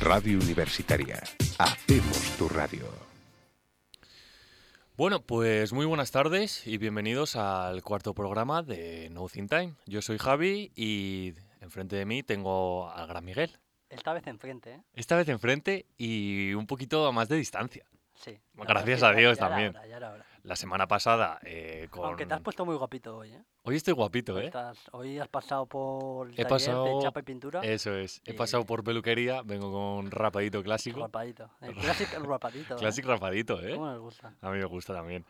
Radio Universitaria. Hacemos tu radio. Bueno, pues muy buenas tardes y bienvenidos al cuarto programa de Nothing Time. Yo soy Javi y enfrente de mí tengo al gran Miguel. Esta vez enfrente, ¿eh? Esta vez enfrente y un poquito a más de distancia. Sí. Gracias Ya a Dios era también. hora, ya era hora. La semana pasada eh, con... Aunque te has puesto muy guapito hoy, ¿eh? Hoy estoy guapito, ¿eh? Estás- hoy has pasado por el He taller pasado- de chapa y pintura. Eso es. He Eh, pasado por peluquería, vengo con rapadito clásico. Rapadito. El clásico rapadito. ¿eh? Clásico rapadito, ¿eh? ¿Cómo nos gusta? A mí me gusta también.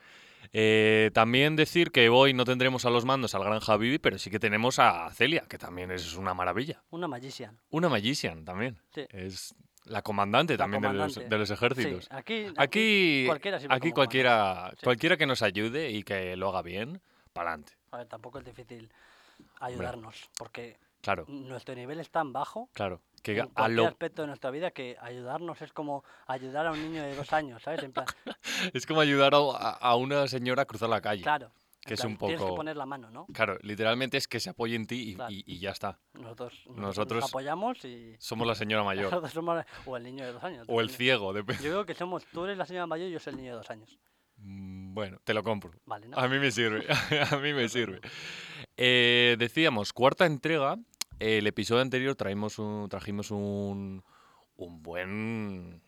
Eh, también decir que hoy no tendremos a los mandos al gran Javi, pero sí que tenemos a Celia, que también es una maravilla. Una magician. Una magician también. Sí. Es la comandante La también De, los, comandante. de los ejércitos. Sí, aquí, Aquí, cualquiera sirve aquí como cualquiera, Sí. cualquiera que nos ayude y que lo haga bien, para adelante. comandante. A ver, tampoco es difícil ayudarnos, porque Claro, nuestro nivel es tan bajo claro. Que en a Mm, cualquier lo- aspecto de nuestra vida que ayudarnos es como ayudar a un niño de dos años, ¿sabes? En plan, es como ayudar a, a una señora a cruzar la calle. claro. en Que es plan, un Tienes poco- que poner la mano, ¿no? Claro, literalmente es que se apoye en ti y, Claro. y- y ya está. Nosotros, Nosotros- nos apoyamos y... Somos la señora mayor. Nosotros somos... O el niño de dos años. o el depende. ciego, depende. Yo creo que somos tú eres la señora mayor y yo soy el niño de dos años. Mm, Bueno, te lo compro. Vale, ¿no? A mí me sirve, a mí me sirve. Eh, decíamos, cuarta entrega. El episodio anterior traímos un- trajimos un, un buen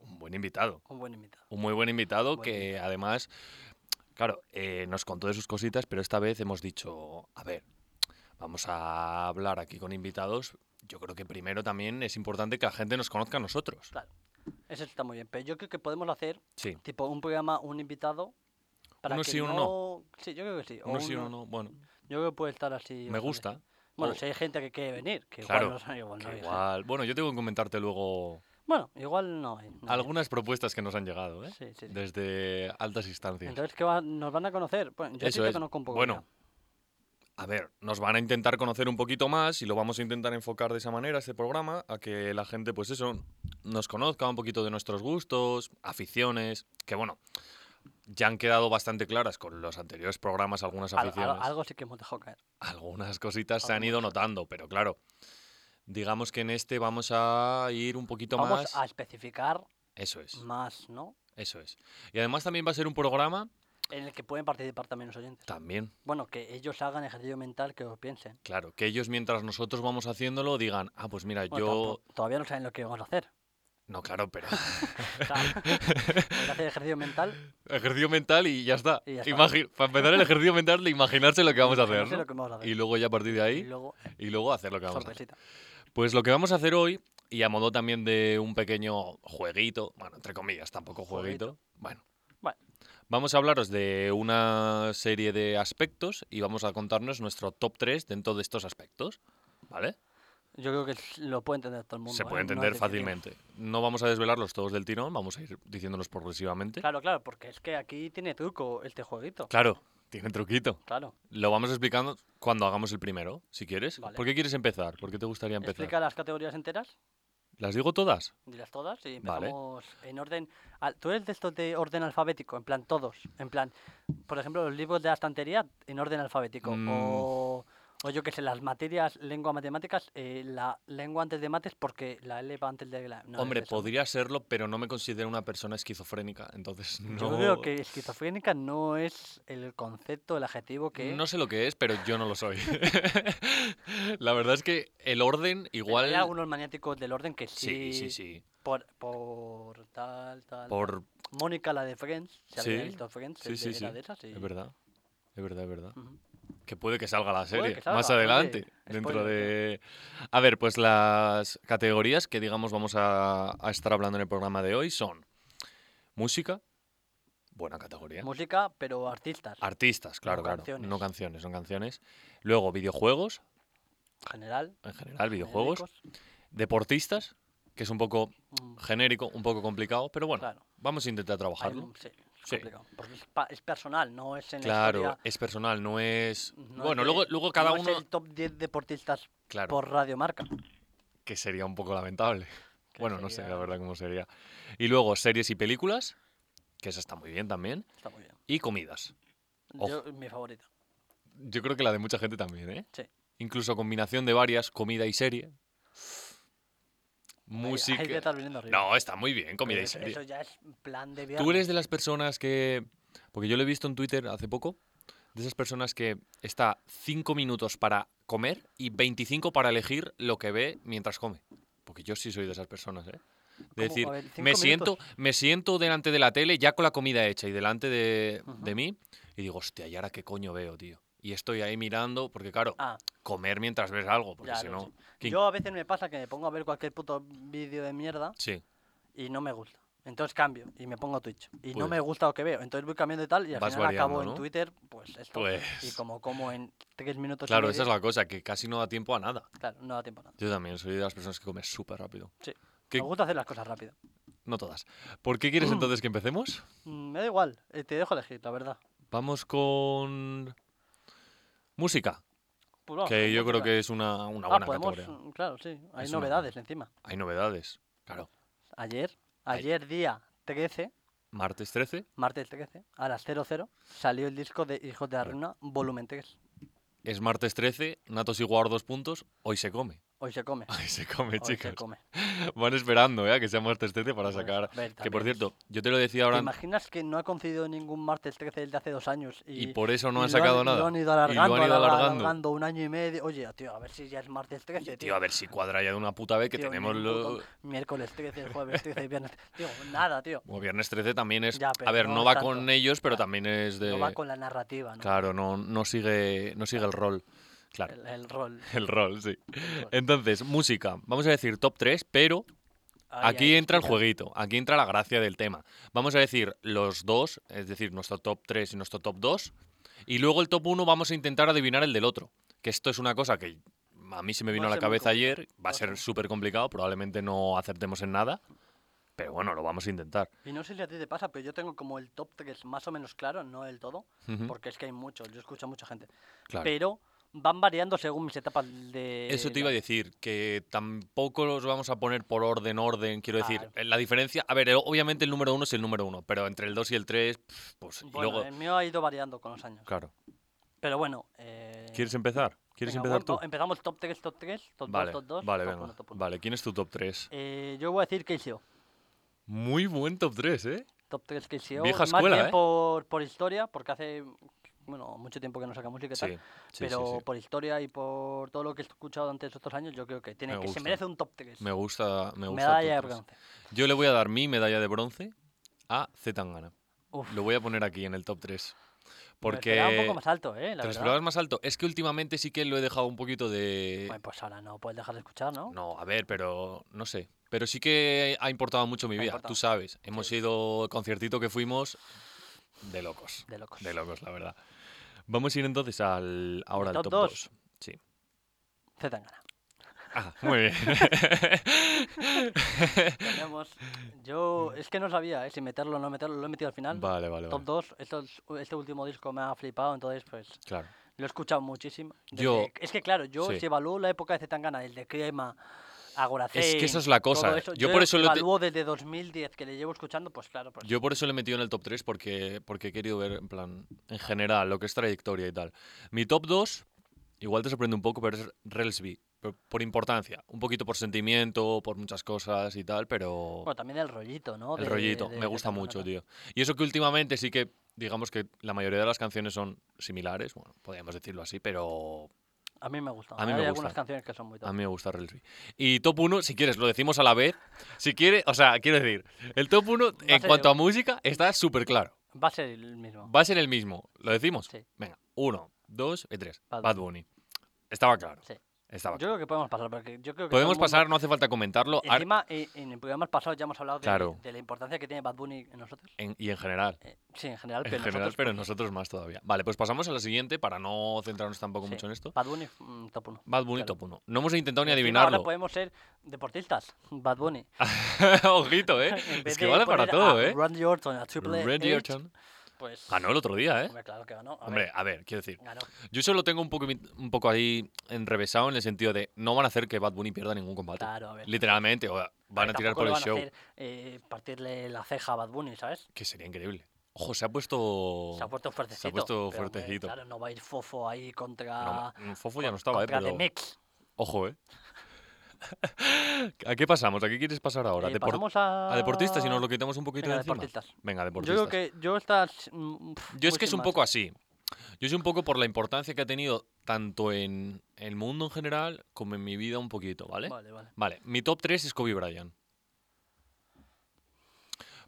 un buen invitado, Un buen invitado. un muy buen invitado Buen que invitado. además, claro, eh, nos contó de sus cositas, pero esta vez hemos dicho, a ver, vamos a hablar aquí con invitados. Yo creo que primero también es importante que la gente nos conozca a nosotros. Claro. Eso está muy bien. Pero yo creo que podemos hacer Sí. tipo un programa, un invitado. Para Uno que sí, uno no... no. Sí, yo creo que sí. o Uno sí, uno uno- no. Bueno, Yo creo que puede estar así. me bastante. gusta. Bueno, O- si hay gente que quiere venir, que Claro, igual no, igual no Que hay gente. igual. Bueno, yo tengo que comentarte luego Bueno, igual no hay. no hay. algunas propuestas que nos han llegado, ¿eh? Sí, sí, sí. Desde altas instancias. Entonces, ¿qué va- ¿nos van a conocer? Bueno, yo sí Eso te es. conozco un poco. Bueno, ya. a ver, nos van a intentar conocer un poquito más y lo vamos a intentar enfocar de esa manera, este programa, a que la gente, pues eso, nos conozca un poquito de nuestros gustos, aficiones, que bueno, ya han quedado bastante claras con los anteriores programas algunas Al- al- aficiones. algo sí que hemos dejado caer. algunas cositas se han ido Algunas. notando, pero claro, digamos que en este vamos a ir un poquito Vamos más... a especificar Eso es. más, ¿no? Eso es. Y además también va a ser un programa, En el que pueden participar también los oyentes. también, Bueno, que ellos hagan ejercicio mental, que lo piensen. claro, que ellos mientras nosotros vamos haciéndolo digan, ah, pues mira, Bueno, yo... tampoco- todavía no saben lo que vamos a hacer. No, claro, pero... O sea, podrán hacer ejercicio mental. ejercicio mental y ya está. Y ya está. Imagi- Para empezar el ejercicio mental de imaginarse lo que vamos a no hacer, sé ¿no? lo que vamos a hacer. Y luego ya a partir de Y ahí, luego, y luego hacer lo que vamos a hacer. sorpresita. Pues lo que vamos a hacer hoy, y a modo también de un pequeño jueguito, bueno, entre comillas, tampoco jueguito, bueno. Bueno. Vamos a hablaros de una serie de aspectos y vamos a contarnos nuestro top 3 dentro de estos aspectos, ¿vale? Yo creo que s- lo puede entender todo el mundo. Se ¿eh? puede No es entender difícil. fácilmente. No vamos a desvelarlos todos del tirón, vamos a ir diciéndolos progresivamente. Claro, claro, porque es que aquí tiene truco este jueguito. Claro, tiene truquito. Claro. Lo vamos explicando cuando hagamos el primero, si quieres. Vale. ¿Por qué quieres empezar? ¿Por qué te gustaría empezar? Explica las categorías enteras, ¿Las digo todas? dilas todas y Vale. empezamos en orden. al- Tú eres de estos de orden alfabético, en plan todos. En plan, por ejemplo, los libros de la estantería en orden alfabético. Mm. O, o yo que sé, las materias, lengua, matemáticas, eh, la lengua antes de mates porque la L va antes de la. no, es Hombre, eso. podría serlo, pero no me considero una persona esquizofrénica, entonces no... Yo creo que esquizofrénica no es el concepto, el adjetivo que. No sé lo que es, pero yo no lo soy. La verdad es que el orden pero igual... Hay algunos maniáticos del orden que Sí, sí. sí, sí. Por, por tal, tal. Por... Mónica, la de Friends. Si alguien ha Sí, visto Friends, sí, es sí, de- era sí, de esas y- Es verdad. Es verdad, es verdad. Ujú. Que puede que salga la Puede serie que salga, más oye, adelante, dentro de... A ver, pues las categorías que digamos vamos a, a estar hablando en el programa de hoy son música, buena categoría. Música, pero artistas. Artistas, claro, claro. canciones. No canciones, son canciones. Luego videojuegos, en general. en general, videojuegos. Deportistas, que es un poco genéricos, mm, genérico, un poco complicado, pero bueno, claro. vamos a intentar hay trabajarlo. un- sí, es Sí. complicado, Porque es, pa- es personal, no es en la Claro, historia, es personal, no es... no bueno, es de- luego, luego cada no es uno... el top 10 deportistas Claro. por radiomarca. que sería un poco lamentable. Que Bueno, no sé la sería- verdad cómo sería. Y luego series y películas, que esa está muy bien también. Está muy bien. Y comidas. Ojo. Yo, mi favorito. Yo creo que la de mucha gente también, ¿eh? Sí. Incluso combinación de varias, comida y serie. música. Ahí te estás viniendo arriba. No, está muy bien, comida y Eso- serie. Eso ya es plan de viaje. Tú eres de las personas que. Porque yo lo he visto en Twitter hace poco. De esas personas que está 5 minutos para comer y 25 para elegir lo que ve mientras come. Porque yo sí soy de esas personas, ¿eh? De ¿Cómo? decir, A ver, cinco me minutos. siento, me siento delante de la tele ya con la comida hecha y delante de, Ujú. de mí y digo, hostia, ¿y ahora qué coño veo, tío? Y estoy ahí mirando, porque claro, Ah, comer mientras ves algo, porque Ya, si lo no. sé. ¿quién- yo a veces me pasa que me pongo a ver cualquier puto vídeo de mierda Sí, y no me gusta. Entonces cambio y me pongo Twitch. Y Pues- no me gusta lo que veo. Entonces voy cambiando y tal y al Vas final acabo variando, ¿no? en Twitter, pues esto. Y Pues- como como en tres minutos. y claro, medio, esa es la cosa, que casi no da tiempo a nada. Claro, no da tiempo a nada. Yo también soy de las personas que come súper rápido. ¿Qué- Me gusta hacer las cosas rápido. No todas. ¿Por qué quieres entonces que empecemos? Mm, Me da igual, eh, te dejo elegir, la verdad. Vamos con música, Pues vamos, que yo creo música. que es una, una Ah, buena podemos, categoría. mm, claro, sí. Hay Es una novedades encima. Hay novedades. Claro, Ayer, Ay. ayer día 13, martes 13, martes 13, a las 00, salió el disco de Hijos de la Bueno. Runa, volumen 3. es martes 13, Natos y Guar dos puntos, hoy se come. Hoy se come. Hoy se come, Hoy chicos. se come. Van esperando, ¿eh? a Que sea martes 13 para Bueno, sacar... a ver, Que por también. cierto, yo te lo decía ¿Te ahora imaginas que no ha coincidido ningún martes 13 el de hace dos años? Y, y por eso no y han lo sacado Lo nada. han ido Y alargando, lo han ido alarga- alargando. alargando un año y medio. Oye, tío, a ver si ya es martes 13, tío. Tío, a ver si cuadra ya de una puta vez que Tío, tenemos ningún puto lo... Miércoles 13, jueves 13, viernes. Tío, nada, tío. Bueno, viernes 13 también es... Ya, a pero ver, no no es va tanto. con ellos, pero Ya. también es de... No va con la narrativa, ¿no? Eh, Claro, no, no sigue, no sigue el rol. Claro, El, el rol. el rol, sí. el rol. Entonces, música. Vamos a decir top 3, pero Ahí, aquí ahí, entra el explica. jueguito, aquí entra la gracia del tema. Vamos a decir los dos, es decir, nuestro top 3 y nuestro top 2, y luego el top 1 vamos a intentar adivinar el del otro. Que esto es una cosa que a mí se me Va vino a a la ser muy cabeza ayer, va a va a ser ser muy- súper complicado, probablemente no acertemos en nada, pero bueno, lo vamos a intentar. Y no sé si a ti te pasa, pero yo tengo como el top 3 más o menos claro, no el todo, Ujú, porque es que hay muchos, yo escucho a mucha gente. claro. Pero van variando según mis etapas de. Eso te iba a la- decir, que tampoco los vamos a poner por orden, orden, quiero decir, Claro. eh, la diferencia, a ver, eh, obviamente el número uno es el número uno, pero entre el dos y el tres, pf, pues, Bueno, eh, y luego, el mío ha ido variando con los años. claro. Pero bueno. eh, ¿Quieres empezar? ¿Quieres venga, empezar bueno, tú? Empezamos top 3, top 3, top 2, Vale, top 2. vale, top venga. 1, top 1. Vale, ¿quién es tu top 3? Eh, yo voy a decir KCO. Muy buen top 3, ¿eh? Top 3 KCO. Vieja más escuela, bien ¿eh? por, por historia, porque hace. Bueno, mucho tiempo que no saca música y tal. Sí, sí, sí, pero pues, sí. por historia y por todo lo que he escuchado durante estos años, yo creo que tiene Me que se gusta. merece un top 3. Me gusta, me gusta. Medalla de tu top tres. bronce. Yo le voy a dar mi medalla de bronce a Zetangana. Uf, Lo voy a poner aquí en el top 3. me lo esperaba un Porque... poco más alto, ¿eh? La ¿Te lo verdad. esperabas más alto? Es que últimamente sí que lo he dejado un poquito de... Bueno, pues ahora no puedes dejar de escuchar, ¿no? No, a ver, pero no sé. Pero sí que ha importado mucho mi Ha vida, importado. tú sabes. Hemos Sí. ido, el conciertito que fuimos, de locos. De locos. De locos, la verdad. Vamos a ir entonces al, ahora al top top dos? 2. Sí. Zetangana. Ah, muy bien. Tenemos- Yo es que no sabía ¿eh? si meterlo o no meterlo, lo he metido al final. vale, vale, Top vale. 2, estos- este último disco me ha flipado, entonces pues Claro. lo he escuchado muchísimo. desde- Yo- Es que claro, yo sí. si evalúo la época de Zetangana, desde Crema, Agoracén... Es que esa es la todo cosa. eso, Yo por eso lo te- evalúo desde 2010, que le llevo escuchando, pues claro, pues Yo por eso le he metido en el top 3 porque, porque he querido ver, en plan, en general, lo que es trayectoria y tal. Mi top 2, igual te sorprende un poco, pero es Relsby. Por, por importancia, un poquito por sentimiento, por muchas cosas y tal, pero Bueno, también el rollito, ¿no? el De- rollito de- me de gusta Zetangana. mucho, tío. Y eso que últimamente sí que, digamos que la mayoría de las canciones son similares, bueno, podríamos decirlo así, pero A mí me gusta. A mí Hay me algunas gusta. canciones que son muy top. A mí me gusta Relsby. Y top 1, si quieres, lo decimos a la vez. Si quieres, o sea, quiero decir, el top 1 a en ser cuanto a el- música está súper claro. Va a ser el mismo. Va a ser el mismo. ¿Lo decimos? Sí. Venga, 1, 2 y 3. Bad Bad, Bunny. Estaba claro. Sí. Estaba Yo claro. creo que podemos pasar, porque yo creo que todo el Podemos mundo- pasar, no hace falta comentarlo. Ahora- Encima, eh, en programas pasados ya hemos hablado de, Claro. de la importancia que tiene Bad Bunny en nosotros. en- y en general. Eh, sí, en general, En pero general, nosotros... pero nosotros más todavía. Vale, pues pasamos a la siguiente para no centrarnos tampoco Sí. mucho en esto. Bad Bunny, mm, top 1. Bad Bunny Claro. top 1. No hemos intentado ni Ahora adivinarlo. podemos ser deportistas. Bad Bunny. Ojito, ¿eh? En vez Es que de vale para poner todo, a ¿eh? Randy Orton, a Triple Randy H, Orton Pues... ganó el otro día, ¿eh? Hombre, claro que ganó. A Hombre, ver, a ver, quiero decir, ganó. Yo eso lo tengo un poco, un poco ahí enrevesado en el sentido de no van a hacer que Bad Bunny pierda ningún combate. Claro, a ver. Literalmente, o van a Pero tirar tampoco por le el van a show, hacer, eh, partirle la ceja a Bad Bunny, ¿sabes? que sería increíble. Ojo, se ha puesto... Se ha puesto fuertecito. Oh, puesto pero, hombre, fuertecito. claro, no va a ir fofo ahí No, contra. mm, Fofo ya no estaba, eh, contra The pero... Mix. Ojo, eh. ¿A qué pasamos? ¿A qué quieres pasar ahora? Eh, Depor- pasamos a... ¿A deportistas y nos lo quitamos un poquito Venga, de encima? deportistas. Venga, Yo deportistas. creo que yo estas... mm, pf, Yo es voy que es sin un más. poco así. Yo es un poco por la importancia que ha tenido tanto en el mundo en general como en mi vida un poquito, ¿vale? Vale, Vale, vale. mi top 3 es Kobe Bryant.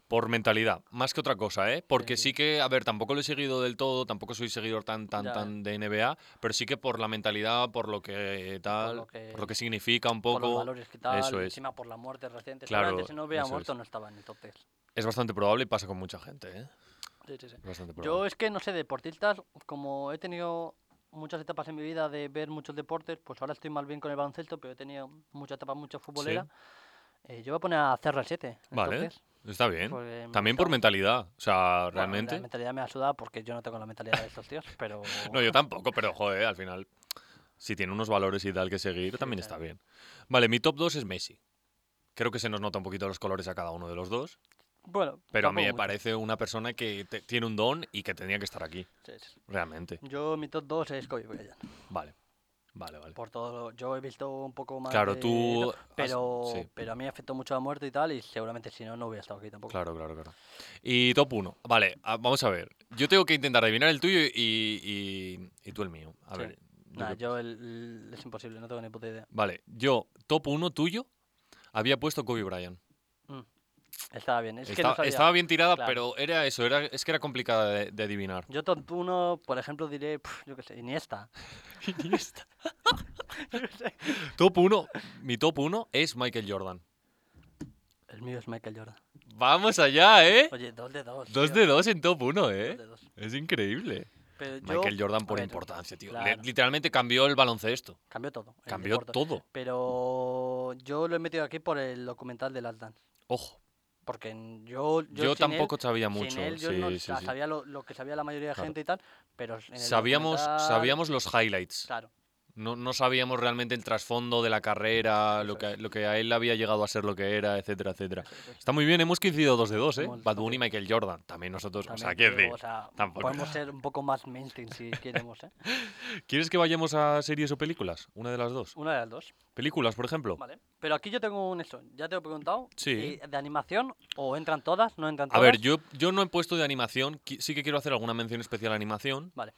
Por mentalidad, más que otra cosa, ¿eh? Porque sí. sí que, a ver, tampoco lo he seguido del todo, tampoco soy seguidor tan, tan, Ya, ya. tan de NBA, pero sí que por la mentalidad, por lo que tal, por lo lo que- que, significa un Por poco. los valores que tal, eso es. encima por la muerte reciente. Claro, Seguramente si no hubiera eso muerto es. no estaba en el top 10. Es bastante probable y pasa con mucha gente, ¿eh? Sí, sí, sí. Es Bastante probable. Yo es que no sé, deportistas, como he tenido muchas etapas en mi vida de ver muchos deportes, pues ahora estoy más bien con el baloncesto, pero he tenido muchas etapas, mucho futbolera. Eh, yo voy a poner a CR7. Vale, Está bien. porque me También por gustaba. mentalidad. O sea, pues, Bueno, realmente. la mentalidad me ha sudado porque yo no tengo la mentalidad de estos tíos, pero. No, yo tampoco, pero joder, al final. Si tiene unos valores y tal que seguir, también está claro. bien. Vale, mi top 2 es Messi. Creo que se nos nota un poquito los colores a cada uno de los dos, Bueno, pero a mí me tampoco mucho. parece una persona que te- tiene un don y que tenía que estar aquí, Sí, sí. realmente. Yo, mi top 2 es Kobe Bryant. Vale, vale, vale. Por todo, lo- yo he visto un poco más. Claro, de tú eso, has- Pero, sí. pero a mí me afectó mucho la muerte y tal, y seguramente si no, no hubiera estado aquí tampoco. Claro, claro, claro. Y top 1. Vale, a- vamos a ver. Yo tengo que intentar adivinar el tuyo y, y- y tú el mío. A Sí. ver. yo Nah, creo- yo el- el- es imposible, no tengo ni puta idea. Vale, yo, top 1 tuyo, había puesto Kobe Bryant. Estaba bien, es que Esta- no sabía. Estaba bien tirada, Claro. pero era eso, era, es que era complicada de, de adivinar. Yo top 1, por ejemplo, diré, pf, yo qué sé, Iniesta. top 1, mi top 1 es Michael Jordan. El mío es Michael Jordan. Vamos allá, ¿eh? Oye, 2 de 2. Dos de dos en top 1, ¿eh? de 2. Es increíble. Pero yo Michael Jordan a por ver, importancia, tío. Le- claro. literalmente cambió el baloncesto. cambió todo. el Cambió deporte. todo. Pero yo lo he metido aquí por el documental de Last Dance. Ojo, Porque en- yo, yo, yo, sin él- tampoco sabía sin mucho. él yo sí, no sí, sa- sí. sabía lo, lo que sabía la mayoría de Claro. gente y tal, pero en el Sabíamos, documental, sabíamos los highlights. Claro, No, no sabíamos realmente el trasfondo de la carrera, lo Eso que, lo que a él había llegado a ser lo que era, etcétera, etcétera. eso es. Está muy bien, hemos coincidido dos de dos, ¿eh? Hemos Bad Bunny y coincidido. Michael Jordan. También nosotros. o sea, También ¿qué te digo, decir? o sea, tampoco. podemos ser un poco más mainstream si queremos, ¿eh? ¿Quieres que vayamos a series o películas? Una de las dos. Una de las dos. Películas, por ejemplo. Vale. Pero aquí yo tengo un eso, ya te lo he preguntado. Sí. eh, ¿De animación o entran todas, no entran A todas? ver, yo, yo no he puesto de animación. qui- Sí que quiero hacer alguna mención especial a animación. Vale.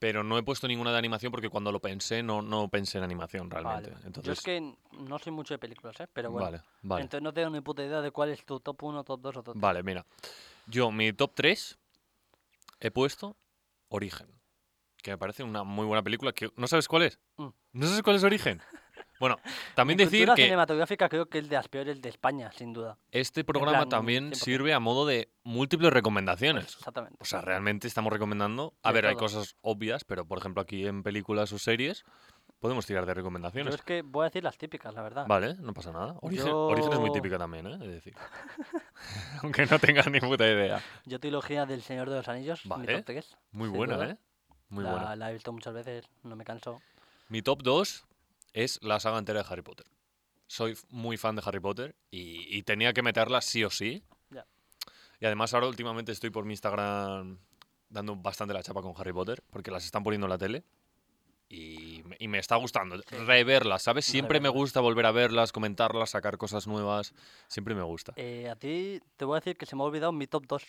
Pero no he puesto ninguna de animación porque cuando lo pensé no, no pensé en animación Vale, realmente. vale. Yo Entonces, es que n- no soy mucho de películas, ¿eh? Pero bueno. Vale, vale. Entonces no tengo ni puta idea de cuál es tu top 1, top 2 o top 3. Vale, mira. Yo, mi top 3 he puesto Origen. Que me parece una muy buena película. Que, ¿No sabes cuál es? Mm. ¿No sabes cuál es Origen? Bueno, también decir Cultura que cinematográfica creo que es de las peores de España, sin duda. este programa plan, también 100%. sirve a modo de múltiples recomendaciones. Exactamente. O sea, realmente estamos recomendando. A De ver, hay todo. cosas obvias, pero por ejemplo, aquí en películas o series podemos tirar de Yo recomendaciones. es que voy a decir las típicas, la verdad. Vale, no pasa nada. Origen, Origen es muy Yo- típica también, ¿eh? Es decir, aunque no tengas ni puta idea. Yo trilogía del Señor de los Anillos, mi Vale. top 3. Muy Sin buena, duda. ¿eh? Muy la, buena. la he visto muchas veces, no me canso. Mi top 2 es la saga entera de Harry Potter. Soy f- muy fan de Harry Potter y, y tenía que meterla sí o sí. Ya. Y además ahora últimamente estoy por mi Instagram dando bastante la chapa con Harry Potter porque las están poniendo en la tele y, me- y me está gustando reverlas, ¿sabes? Siempre me Reverlas. gusta volver a verlas, comentarlas, sacar cosas nuevas. Siempre me gusta. Eh, a ti te voy a decir que se me ha olvidado mi top 2.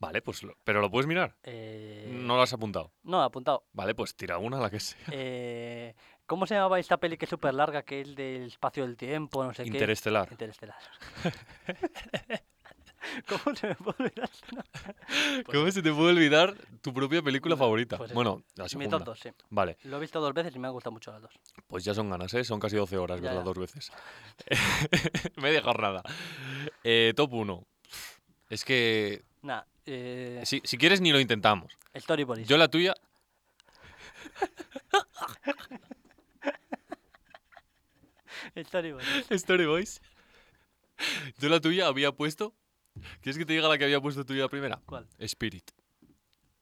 Vale, pues lo- pero lo puedes mirar. Eh, No lo has apuntado. no, apuntado. Vale, pues tira una la que sea. Eh, ¿Cómo se llamaba esta peli que es súper larga, que es del espacio del tiempo, no sé qué? Interestelar. Interestelar. ¿Cómo se me puede olvidar? ese nombre? Pues ¿Cómo eso, se te puede olvidar tu propia película Bueno, favorita? pues eso. bueno, la Mi top segunda. 2, sí. Vale, Lo he visto dos veces y me han gustado mucho las dos. pues ya son ganas, ¿eh? Son casi 12 horas, Ya, ¿verdad? ya. Dos veces. Media jornada. Eh, top 1. Es que Nada, eh, si, si quieres ni lo intentamos. Storyboarding. Yo la tuya... Storyboarding. Story Boys. Yo la tuya había puesto... ¿Quieres que te diga la que había puesto tuya primera? ¿Cuál? Spirit.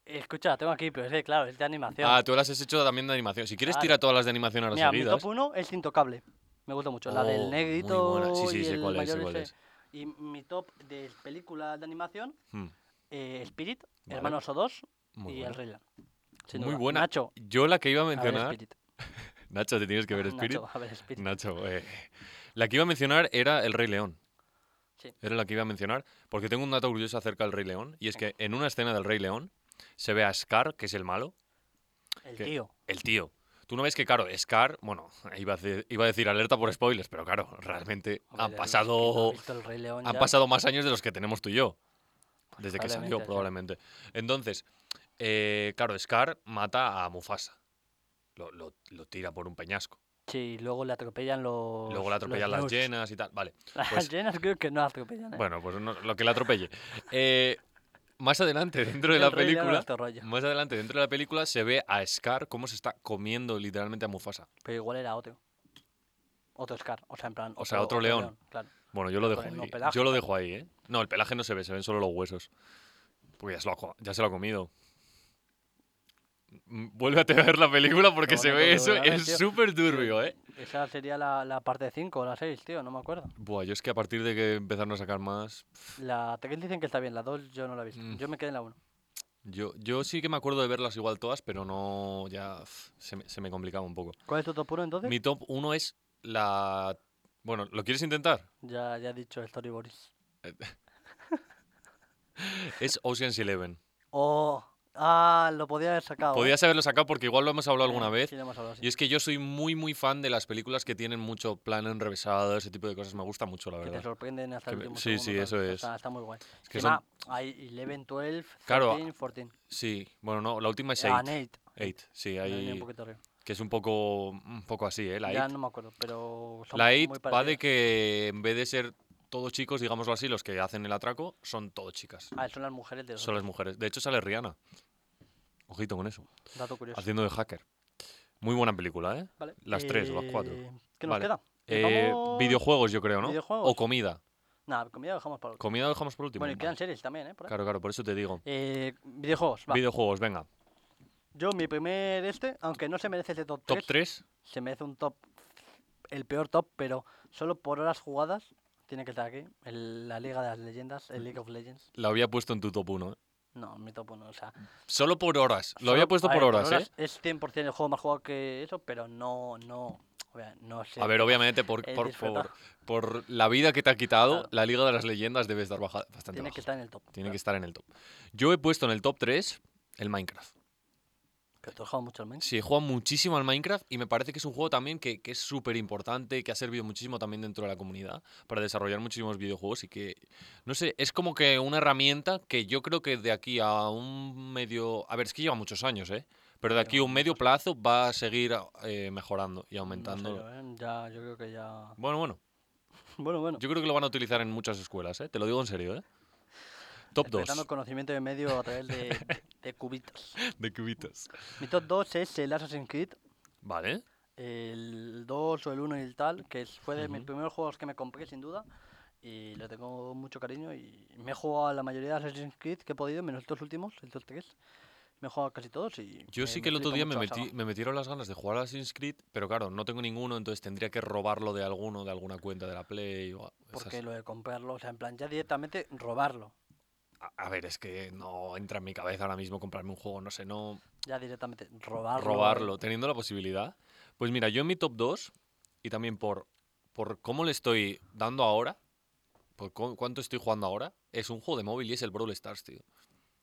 Escucha, la tengo aquí, pero es que, claro, es de animación. Ah, tú las has hecho también de animación. Si quieres, Claro. tira todas las de animación ahora Ah, Mira, mi seguidas. top 1 es Intocable. Me gusta mucho. la ¿eh? Oh, del muy negrito buena. Sí, sí, y sé el cuál es, sé mayor cuál ese. es. Y mi top de películas de animación, Hmm, eh, Spirit, Vale. Hermanos O2 muy y buena. El Rey León. Sin Muy duda. buena. Nacho, Yo la que iba a a ver mencionar... Spirit. Ah, Nacho, te tienes que ver Spirit. Nacho, a ver, Spirit. Nacho, eh, la que iba a mencionar era El Rey León. Sí. Era la que iba a mencionar, porque tengo un dato curioso acerca del Rey León, y es que en una escena del Rey León se ve a Scar, que es el malo, El que- tío. el tío. Tú no ves que, claro, Scar, bueno, iba a, de- iba a decir alerta por spoilers, pero claro, realmente Hombre, han ya los que no pasado, han visto el Rey León han ya, pasado más años de los que tenemos tú y yo, pues desde que salió sí. probablemente. Entonces, eh, claro, Scar mata a Mufasa, lo- lo- lo tira por un peñasco. Sí, y luego le atropellan los. Luego le los atropellan las Gnus. llenas y tal. Vale. Las pues- llenas creo que no atropellan. ¿eh? Bueno, pues no- lo que le atropelle. Eh, más adelante, dentro de El la Rey León era película. otro rollo. Más adelante, dentro de la película, se ve a Scar cómo se está comiendo literalmente a Mufasa. Pero igual era otro. Otro Scar. O sea, en plan. O sea, otro león. claro. Bueno, yo lo dejo Pero Ah, con el ahí. no pelaje, Yo lo dejo ahí, ¿eh? No, el pelaje no se ve, se ven solo los huesos. Porque ya se lo ha, co- ya se lo ha comido. Mm, Vuélvete a ver la película porque se Bueno, ve no, eso. no, no, Es tío. súper turbio, ¿eh? Esa sería la, la parte 5 o la 6, tío, no me acuerdo. Buah, yo es que a partir de que empezaron a sacar más. La 3 dicen que está bien, la 2 yo no la he visto. Mm. Yo me quedé en la 1. Yo, yo sí que me acuerdo de verlas igual todas, pero no. Ya. pf, Se me, se me complicaba un poco. ¿Cuál es tu top puro entonces? Mi top 1 es la. Bueno, ¿lo quieres intentar? Ya, ya he dicho el Storyboards. Es Ocean's Eleven. Oh, ah, lo podía haber sacado. ¿eh? Podías haberlo sacado porque igual lo hemos hablado alguna Ah, Sí, vez. lo hemos hablado, sí. Y es que yo soy muy, muy fan de las películas que tienen mucho plano enrevesado, ese tipo de cosas. Me gusta mucho, la que te verdad. sorprenden hasta Que el me- último sí, sí, segundo, tal. eso O es. sea, está muy guay. Es que Encima, son- hay 11, 12, Claro, 13, 14. Sí, bueno, no, la última es Ah, 8. Nate. 8, sí, Me venía ahí. un poquito arriba. Que es un poco, un poco así, ¿eh? La ya 8. no me acuerdo, pero son La muy 8 va de parecidas. que en vez de ser todos chicos, digámoslo así, los que hacen el atraco, son todos chicas. Ah, son las mujeres de los Son las mujeres. De hecho, sale Rihanna. Ojito con eso. otros. Dato curioso. Haciendo de hacker. Muy buena película, ¿eh? Vale. las tres o las cuatro. Eh, ¿Qué nos Vale. queda? Eh, Dejamos- videojuegos, yo creo, ¿no? videojuegos. O comida. Nah, comida lo dejamos para otro. Comida lo dejamos por último. Bueno, y quedan Vale. series también, ¿eh? Por ahí. Claro, claro, por eso te digo. Eh, videojuegos, va. Videojuegos, venga. Yo, mi primer este, aunque no se merece ese top 3, Top 3. se merece un top, el peor top, pero solo por horas jugadas tiene que estar aquí. el- la Liga de las Leyendas, el League of Legends. Lo había puesto en tu top 1. No, mi top 1, o sea. Solo por horas. Lo solo- había puesto a por ver, horas, ¿eh? Es 100% el juego más jugado que eso, pero no, no, o sea, no sé. A ver, obviamente, por, he por, disfrutado. por, por la vida que te ha quitado, Claro. la Liga de las Leyendas debe estar baja, bastante Tiene baja. que estar en el top. Tiene que estar en el top. Yo he puesto en el top 3 el Minecraft. Pero tú has jugado mucho al Minecraft. Sí, he jugado muchísimo al Minecraft y me parece que es un juego también que, que es súper importante, que ha servido muchísimo también dentro de la comunidad para desarrollar muchísimos videojuegos y que, no sé, es como que una herramienta que yo creo que de aquí a un medio, a ver, es que lleva muchos años, ¿eh? Pero de aquí a un medio plazo va a seguir eh, mejorando y No sé aumentando. yo, ¿eh? Ya, yo creo que ya. Bueno, bueno, Bueno, bueno. yo creo que lo van a utilizar en muchas escuelas, ¿eh? Te lo digo en serio, ¿eh? Top 2 Despertando conocimiento de medio a través de, de- de cubitos. de cubitas. Mi top 2 es el Assassin's Creed, Vale, el 2 o el 1 y el tal, que es- fue de mis Ujú. primeros juegos que me compré sin duda. Y le tengo mucho cariño y me he jugado a la mayoría de Assassin's Creed que he podido, menos estos últimos, estos tres. Me he jugado a casi todos y... Yo me- sí Eh, me que el otro flipa día me, mucho la saga. metí, me metieron las ganas de jugar a Assassin's Creed, pero claro, no tengo ninguno, entonces tendría que robarlo de alguno, de alguna cuenta de la Play. o a- esas- Porque lo de comprarlo, o sea, en plan ya directamente robarlo. a, a ver, es que no entra en mi cabeza ahora mismo comprarme un juego, no sé, no Ya directamente robarlo. robarlo, teniendo la posibilidad. Pues mira, yo en mi top 2, y también por, por cómo le estoy dando ahora, por cu- cuánto estoy jugando ahora, es un juego de móvil y es el Brawl Stars, tío.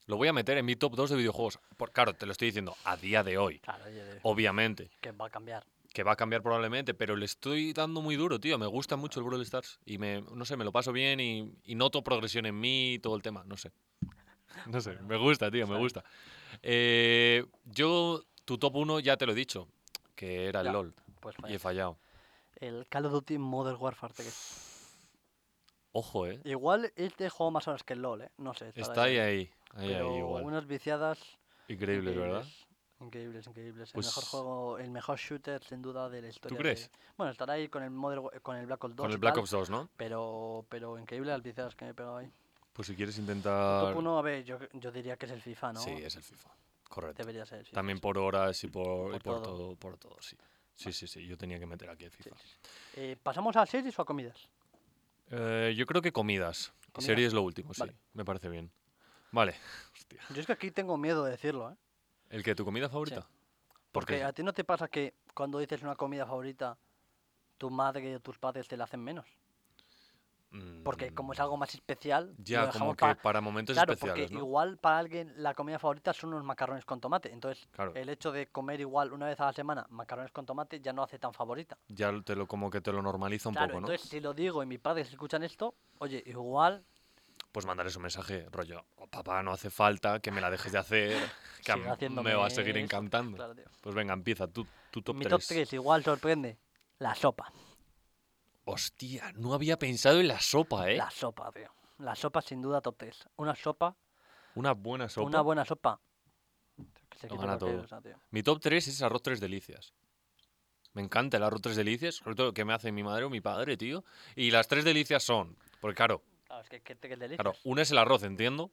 Lo voy a meter en mi top 2 de videojuegos. Por, claro, te lo estoy diciendo, a día de hoy, Claro, oye, de- obviamente. que va a cambiar. que va a cambiar probablemente, pero le estoy dando muy duro, tío. Me gusta mucho el Brawl Stars y me, no sé, me lo paso bien y, y noto progresión en mí y todo el tema, no sé. No sé, me gusta, tío, me Vale. gusta. Eh, yo, tu top 1 ya te lo he dicho, que era el Ya, LOL Pues y he vaya. fallado. El Call of Duty Modern Warfare 3. Ojo, eh. Igual este juego más horas que el LOL, ¿eh? No sé. estará Está ahí, ahí, ahí, ahí pero igual. Unas viciadas. Increíble, ¿verdad? increíbles, Increíbles, increíbles. el mejor Pues- juego, el mejor shooter sin duda de la historia. de- crees? Bueno, estará ahí con el Modern Wa- con el Black Ops 2. Con el y Black tal, Ops 2, ¿no? Pero, pero increíble las viciadas que me he pegado ahí. Pues si quieres Top intentar... 1, a ver, yo, yo diría que es el FIFA, ¿no? Sí, es el FIFA. Correcto. Debería ser. el FIFA, También sí. por horas y por, y Por por todo. todo, por todo, sí. Sí, sí, sí, yo tenía que meter aquí el Sí, FIFA. sí, sí. Eh, ¿Pasamos a series o a comidas? Eh, yo creo que comidas. Comida. Serie es lo último, sí. Vale. Me parece bien. Vale. Hostia. Yo es que aquí tengo miedo de decirlo, ¿eh? ¿El que tu comida favorita? Porque Porque a ti no te pasa que cuando dices una comida favorita, tu madre o tus padres te la hacen menos. Porque como es algo más especial, lo mm, Ya, como dejamos que pa- para momentos Claro, porque especiales, ¿no? igual para alguien la comida favorita son unos macarrones con tomate. Entonces, Claro, el hecho de comer igual una vez a la semana macarrones con tomate ya no hace tan favorita. ya te lo, como que te lo normaliza un claro, poco, ¿no? entonces si lo digo y mis padres escuchan esto, oye, igual Pues mandarles un mensaje, rollo, "Oh, papá, no hace falta que me la dejes de hacer, que a sigue mí haciéndome me va a seguir eso". encantando. Claro, tío. Pues venga, empieza, tú, tu top Mi 3. top 3 igual sorprende. La sopa. Hostia, no había pensado en la sopa, ¿eh? La sopa, tío. La sopa sin duda top 3. Una sopa, Una buena sopa. una buena sopa. Que se Lo quite gana cualquier todo. cosa, tío. Mi top 3 es arroz tres delicias. Me encanta el arroz tres delicias, sobre todo que me hace mi madre o mi padre, tío. Y las tres delicias son, porque claro, Claro, es que, que, que delicias. claro, una es el arroz, entiendo.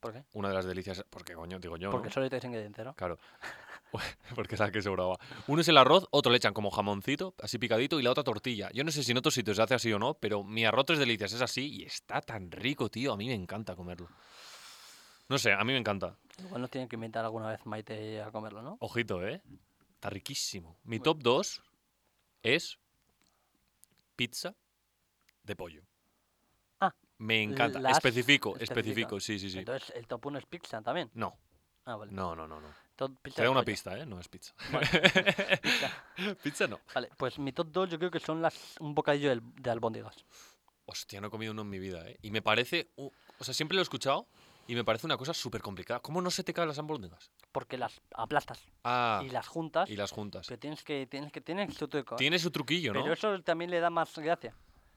¿Por qué? Una de las delicias, porque coño, digo yo, ¿no? Porque solo hay tres ingredientes, ¿no? Claro. Porque es la que sobraba. Uno es el arroz, otro le echan como jamoncito, así picadito, y la otra tortilla. Yo no sé si en otros sitios se hace así o no, pero mi arroz tres delicias es así y está tan rico, tío. A mí me encanta comerlo. No sé, a mí me encanta. Igual nos tienen que invitar alguna vez Maite a comerlo, ¿no? Ojito, ¿eh? Está riquísimo. Mi top 2 es pizza de pollo. Ah, Me encanta. las- especifico, especifica. especifico. Sí, sí, sí. Entonces, el top 1 es pizza también. No, Ah, vale. no, no, no. no. Top pizza Te de da una pollo. pista, ¿eh? No es pizza. Vale, pizza no. vale, pues mi top 2 yo creo que son las un bocadillo del- de albóndigas. Hostia, no he comido uno en mi vida, ¿eh? Y me parece... u- o sea, siempre lo he escuchado y me parece una cosa súper complicada. ¿Cómo no se te caen las albóndigas? Porque las aplastas Ah, y las juntas, y las juntas. pero tienes que, tienes que, tienes su truco. ¿eh? Tiene su truquillo, ¿no? Pero eso también le da más gracia.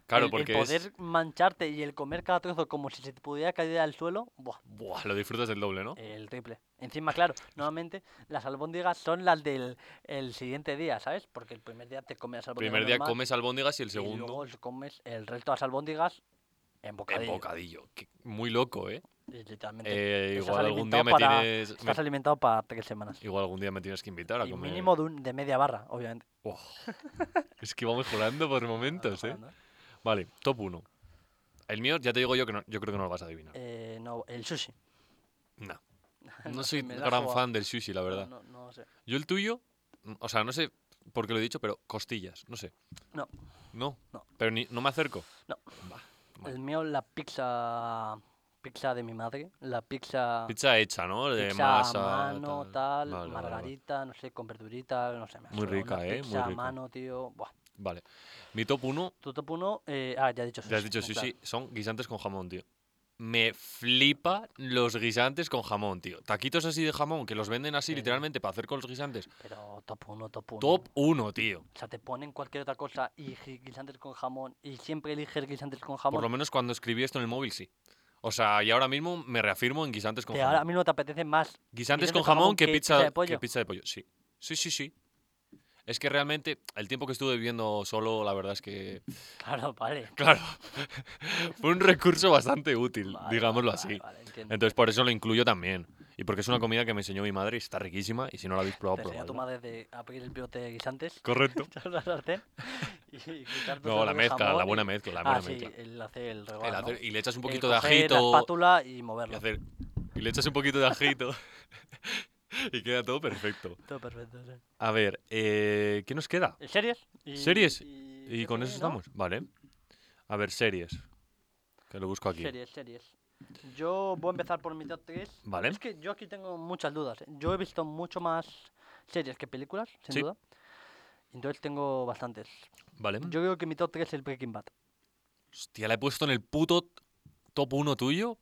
claro, el, el porque poder es... mancharte y el comer cada trozo como si se te pudiera caer al suelo, buah, Buah, lo disfrutas del doble, ¿no? el triple. Encima, claro, nuevamente las albóndigas son las del el siguiente día, ¿sabes? Porque el primer día te comes las albóndigas. Primer día normal comes albóndigas y el Y segundo... luego os comes el resto de las albóndigas en En bocadillo. bocadillo. que- muy loco, ¿eh? Y Literalmente. Eh, estás igual algún día alimentado me para- tienes. me- Estás alimentado para tres semanas. igual algún día me tienes que invitar a Y comer. mínimo de, un- de media barra, obviamente. Ojo, es que va mejorando por momentos, ¿eh? Mejorando, ¿eh? Vale, top 1. El mío, ya te digo yo que no, yo creo que no lo vas a adivinar. Eh, no, el sushi. Nah. No soy Me la he gran jugado. fan del sushi, la No, verdad. No, no sé. Yo el tuyo, mm, o sea, no sé por qué lo he dicho, pero costillas, no sé. No. No. No. Pero ni, no me acerco. No. Bah, Vale. El mío, la pizza. Pizza de mi madre. La pizza. Pizza hecha, ¿no? De Ah. pizza masa. a mano, tal, Vale, vale, vale. margarita, no sé, con verdurita, no sé. me Muy suena una rica, ¿eh? Muy Pizza a rica. mano, tío. Buah. Vale. Mi top 1 Tu top uno, eh, ah, ya he dicho sushi. Ya has dicho no, sushi, claro. son guisantes con jamón, tío. Me flipa los guisantes con jamón, tío. Taquitos así de jamón que los venden así Sí. Pues literalmente para hacer con los guisantes. Pero top 1, top 1. Top 1, tío. O sea, te ponen cualquier otra cosa y gi- guisantes con jamón y siempre eliges guisantes con jamón. Por lo menos cuando escribí esto en el móvil, sí. O sea, y ahora mismo me reafirmo en guisantes con que jamón. ahora mismo te apetece más. Guisantes guisantes con con jamón jamón que que pizza, pizza de que pollo. pizza de pollo, sí. Sí, sí, sí. Es que realmente el tiempo que estuve viviendo solo, la verdad es que, Claro, vale. claro, fue un recurso bastante útil, Vale, digámoslo vale, así. vale, entiendo. Entonces por eso lo incluyo también. Y porque es una comida que me enseñó mi madre y está riquísima. Y si no la habéis probado, Te enseñó tu probadla. madre de abrir el pivote de guisantes, Correcto. echar la sartén y quitar No, la mezcla, la buena mezcla, la buena Ah, sí, mezcla. el hacer el El regalo. hacer- y le echas un El poquito de coger La ajito. espátula y Y, moverlo. hacer- y le echas un poquito de ajito. y queda todo perfecto. Todo perfecto. sí. A ver, eh, ¿qué nos queda? ¿Y ¿Series? Y- Series. ¿Y, Y con eso estamos estamos. Vale. A ver, series. Que lo busco aquí. Series, series. Yo voy a empezar por mi top 3. Vale. Es que yo aquí tengo muchas dudas. ¿eh? Yo he visto mucho más series que películas, sin Sí. duda. Entonces tengo bastantes. Vale. Yo creo que mi top 3 es el Breaking Bad. Hostia, la he puesto en el puto top 1 tuyo,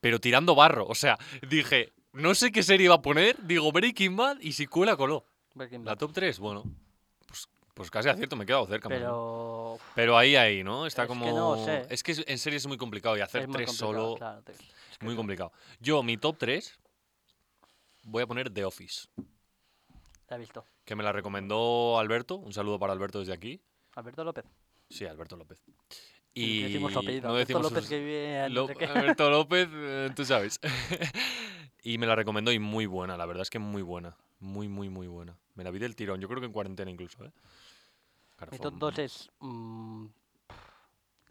pero tirando barro. O sea, dije, no sé qué serie iba a poner, digo Breaking Bad y si cuela, coló. Breaking La Bad. top 3, bueno, pues, pues casi acierto, me he quedado cerca. más bien. Pero uf, Pero ahí, ahí, ¿no? Está Es que como... no sé. Es que es- en serie es muy complicado y hacer es muy tres complicado, solo claro, tres. Es que muy no. complicado. Yo, mi top 3, voy a poner The Office, La he visto. que me la recomendó Alberto. Un saludo para Alberto desde aquí. Alberto López. Sí, Alberto López. Y Y no decimos su apellido. no Alberto decimos López sus- que vive en no Lo- sé qué. Alberto López, eh, tú sabes. y me la recomendó y muy buena, la verdad es que muy buena. Muy, muy, muy buena. Me la vi del tirón, yo creo que en cuarentena incluso, ¿eh? Claro, Mi fue top un- 2 es. mm,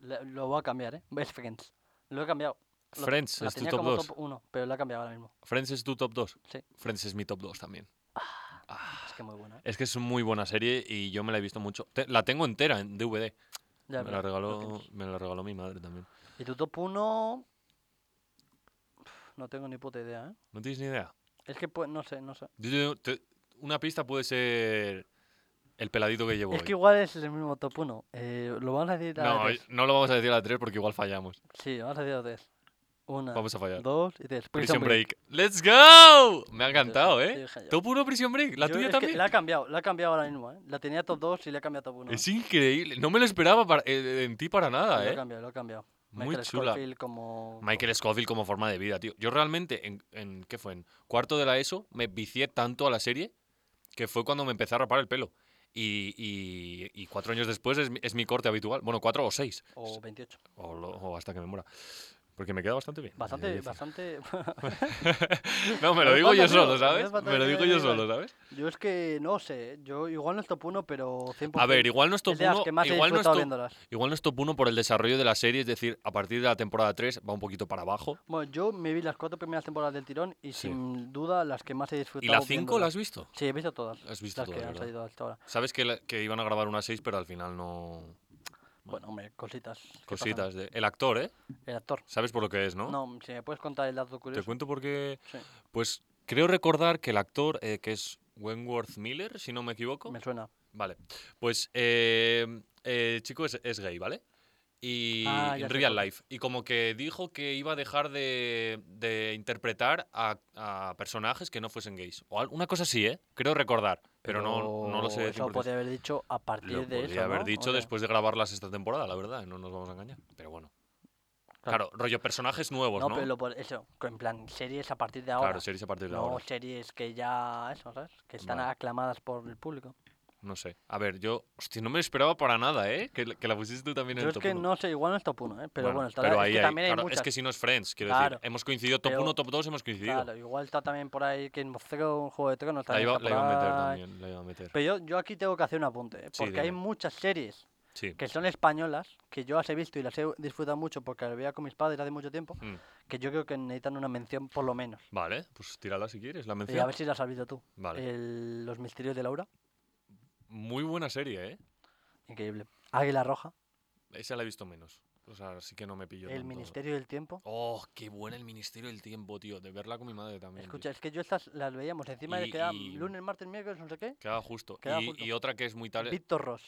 le- lo voy a cambiar, ¿eh? Es Friends. Lo he cambiado. Lo- Friends la es tu tenía top como 2. top 1, pero lo he cambiado ahora mismo. Friends es tu top 2. Sí. Friends es mi top 2 también. Ah, Es que muy buena. ¿eh? es que es muy buena serie y yo me la he visto mucho. Te- la tengo entera en DVD. Ya, me, pero la lo regaló, tienes. me la regaló mi madre también. Y tu top 1. No tengo ni puta idea, ¿eh? ¿No tienes ni idea? Es que pues, no sé, no sé. Yo te- te- una pista puede ser el peladito que llevo Es hoy. que igual es el mismo top 1. lo vamos a decir a la No, de tres. no lo vamos a decir a la 3 porque igual fallamos. Sí, vamos a decir a la de tres. Una, Vamos a fallar. dos y tres. Pues Prison Break. ¡Let's go! Me ha encantado, sí, ¿eh? dije yo. Top 1 Prison Break. La Yo- tuya es que también. La ha cambiado, la ha cambiado ahora mismo, ¿eh? La tenía top 2 y le ha cambiado top 1. Es increíble. No me lo esperaba para- eh, en ti para nada, Lo ha ¿eh? cambiado, lo ha cambiado. Muy Michael chula. Scofield como... Michael Scofield como forma de vida, tío. Yo realmente, en, en- ¿qué fue? En cuarto de la ESO, me vicié tanto a la serie que fue cuando me empecé a rapar el pelo. Y, y- y cuatro años después es, mi- es mi corte habitual. Bueno, cuatro o seis. O 28. O, lo- o hasta que me muera. Porque me queda bastante bien. Bastante, Eh, bastante... No, me lo No digo yo falta, tío. solo, ¿sabes? No falta Me lo que digo me yo digas. solo, ¿sabes? Yo es que no sé, ¿eh? yo igual no es top 1, pero 100%. A ver, igual no es top es de las uno- que más he Igual no es disfrutado top- viéndolas. igual no es top uno por el desarrollo de la serie. Es decir, a partir de la temporada 3 va un poquito para abajo. Bueno, yo me vi las cuatro primeras temporadas del tirón y Sí. sin duda las que más he disfrutado. ¿Y la 5 la viéndolas. has visto? Sí, he visto todas. Has visto las todas, que han ¿verdad? salido hasta ahora. Sabes que, la- que iban a grabar una 6, pero al final no. Bueno, hombre, cositas. que pasan. Cositas. de- El actor, ¿eh? El actor. Sabes por lo que es, ¿no? No, si me puedes contar el dato Te curioso. cuento porque. Sí. Pues creo recordar que el actor, eh, que es Wentworth Miller, si no me equivoco. Me suena. Vale. Pues eh, el chico es, es gay, ¿vale? Y Ah, ya en sé real cuál es. life. Y como que dijo que iba a dejar de, de interpretar a, a personajes que no fuesen gays. O al- una cosa así, ¿eh? Creo recordar. Pero, no, no lo sé. Eso 100%. podría haber dicho a partir Lo de podría eso. haber ¿no? dicho O sea, después de grabarlas esta temporada, la verdad, no nos vamos a engañar. Pero bueno. Claro, Claro. rollo personajes nuevos, ¿no? no, pero lo pod- eso, co- en plan, series a partir de ahora. Claro, series a partir de no ahora. series que ya, eso, ¿sabes? Que están Vale. aclamadas por el público. No sé. A ver, yo. Hostia, no me lo esperaba para nada, ¿eh? Que, la- que la pusiste tú también en Yo el es top que uno. no sé, igual no es top 1, ¿eh? Pero bueno, está- pero es ahí que hay- también hay claro, muchas. Es que si no es Friends, quiero Claro. decir. Hemos coincidido top Pero- 1, top 2, hemos coincidido. Claro, igual está también por ahí Game of Thrones, Juego de Tronos, la, también iba, está la por iba a meter ahí. también, la iba a meter. Pero yo, yo aquí tengo que hacer un apunte, ¿eh? Sí, porque hay dime. muchas series Sí. que son españolas, que yo las he visto y las he disfrutado mucho porque las veía con mis padres hace mucho tiempo, Mm, que yo creo que necesitan una mención por lo menos. Vale, pues tírala si quieres, la Y a mención. ver eh, si las has visto tú. Vale. El- Los misterios de Laura, Muy buena serie, ¿eh? increíble. Águila Roja, Esa la he visto menos. O sea, sí que no me pillo. El tanto. Ministerio del Tiempo. Oh, qué buena el Ministerio del Tiempo, tío. De verla con mi madre también. tío. Escucha, es que yo estas las veíamos encima de Y- que era y- lunes, martes, miércoles, no sé qué. Queda justo. Queda y, justo. y otra que es muy tal. Víctor Ross.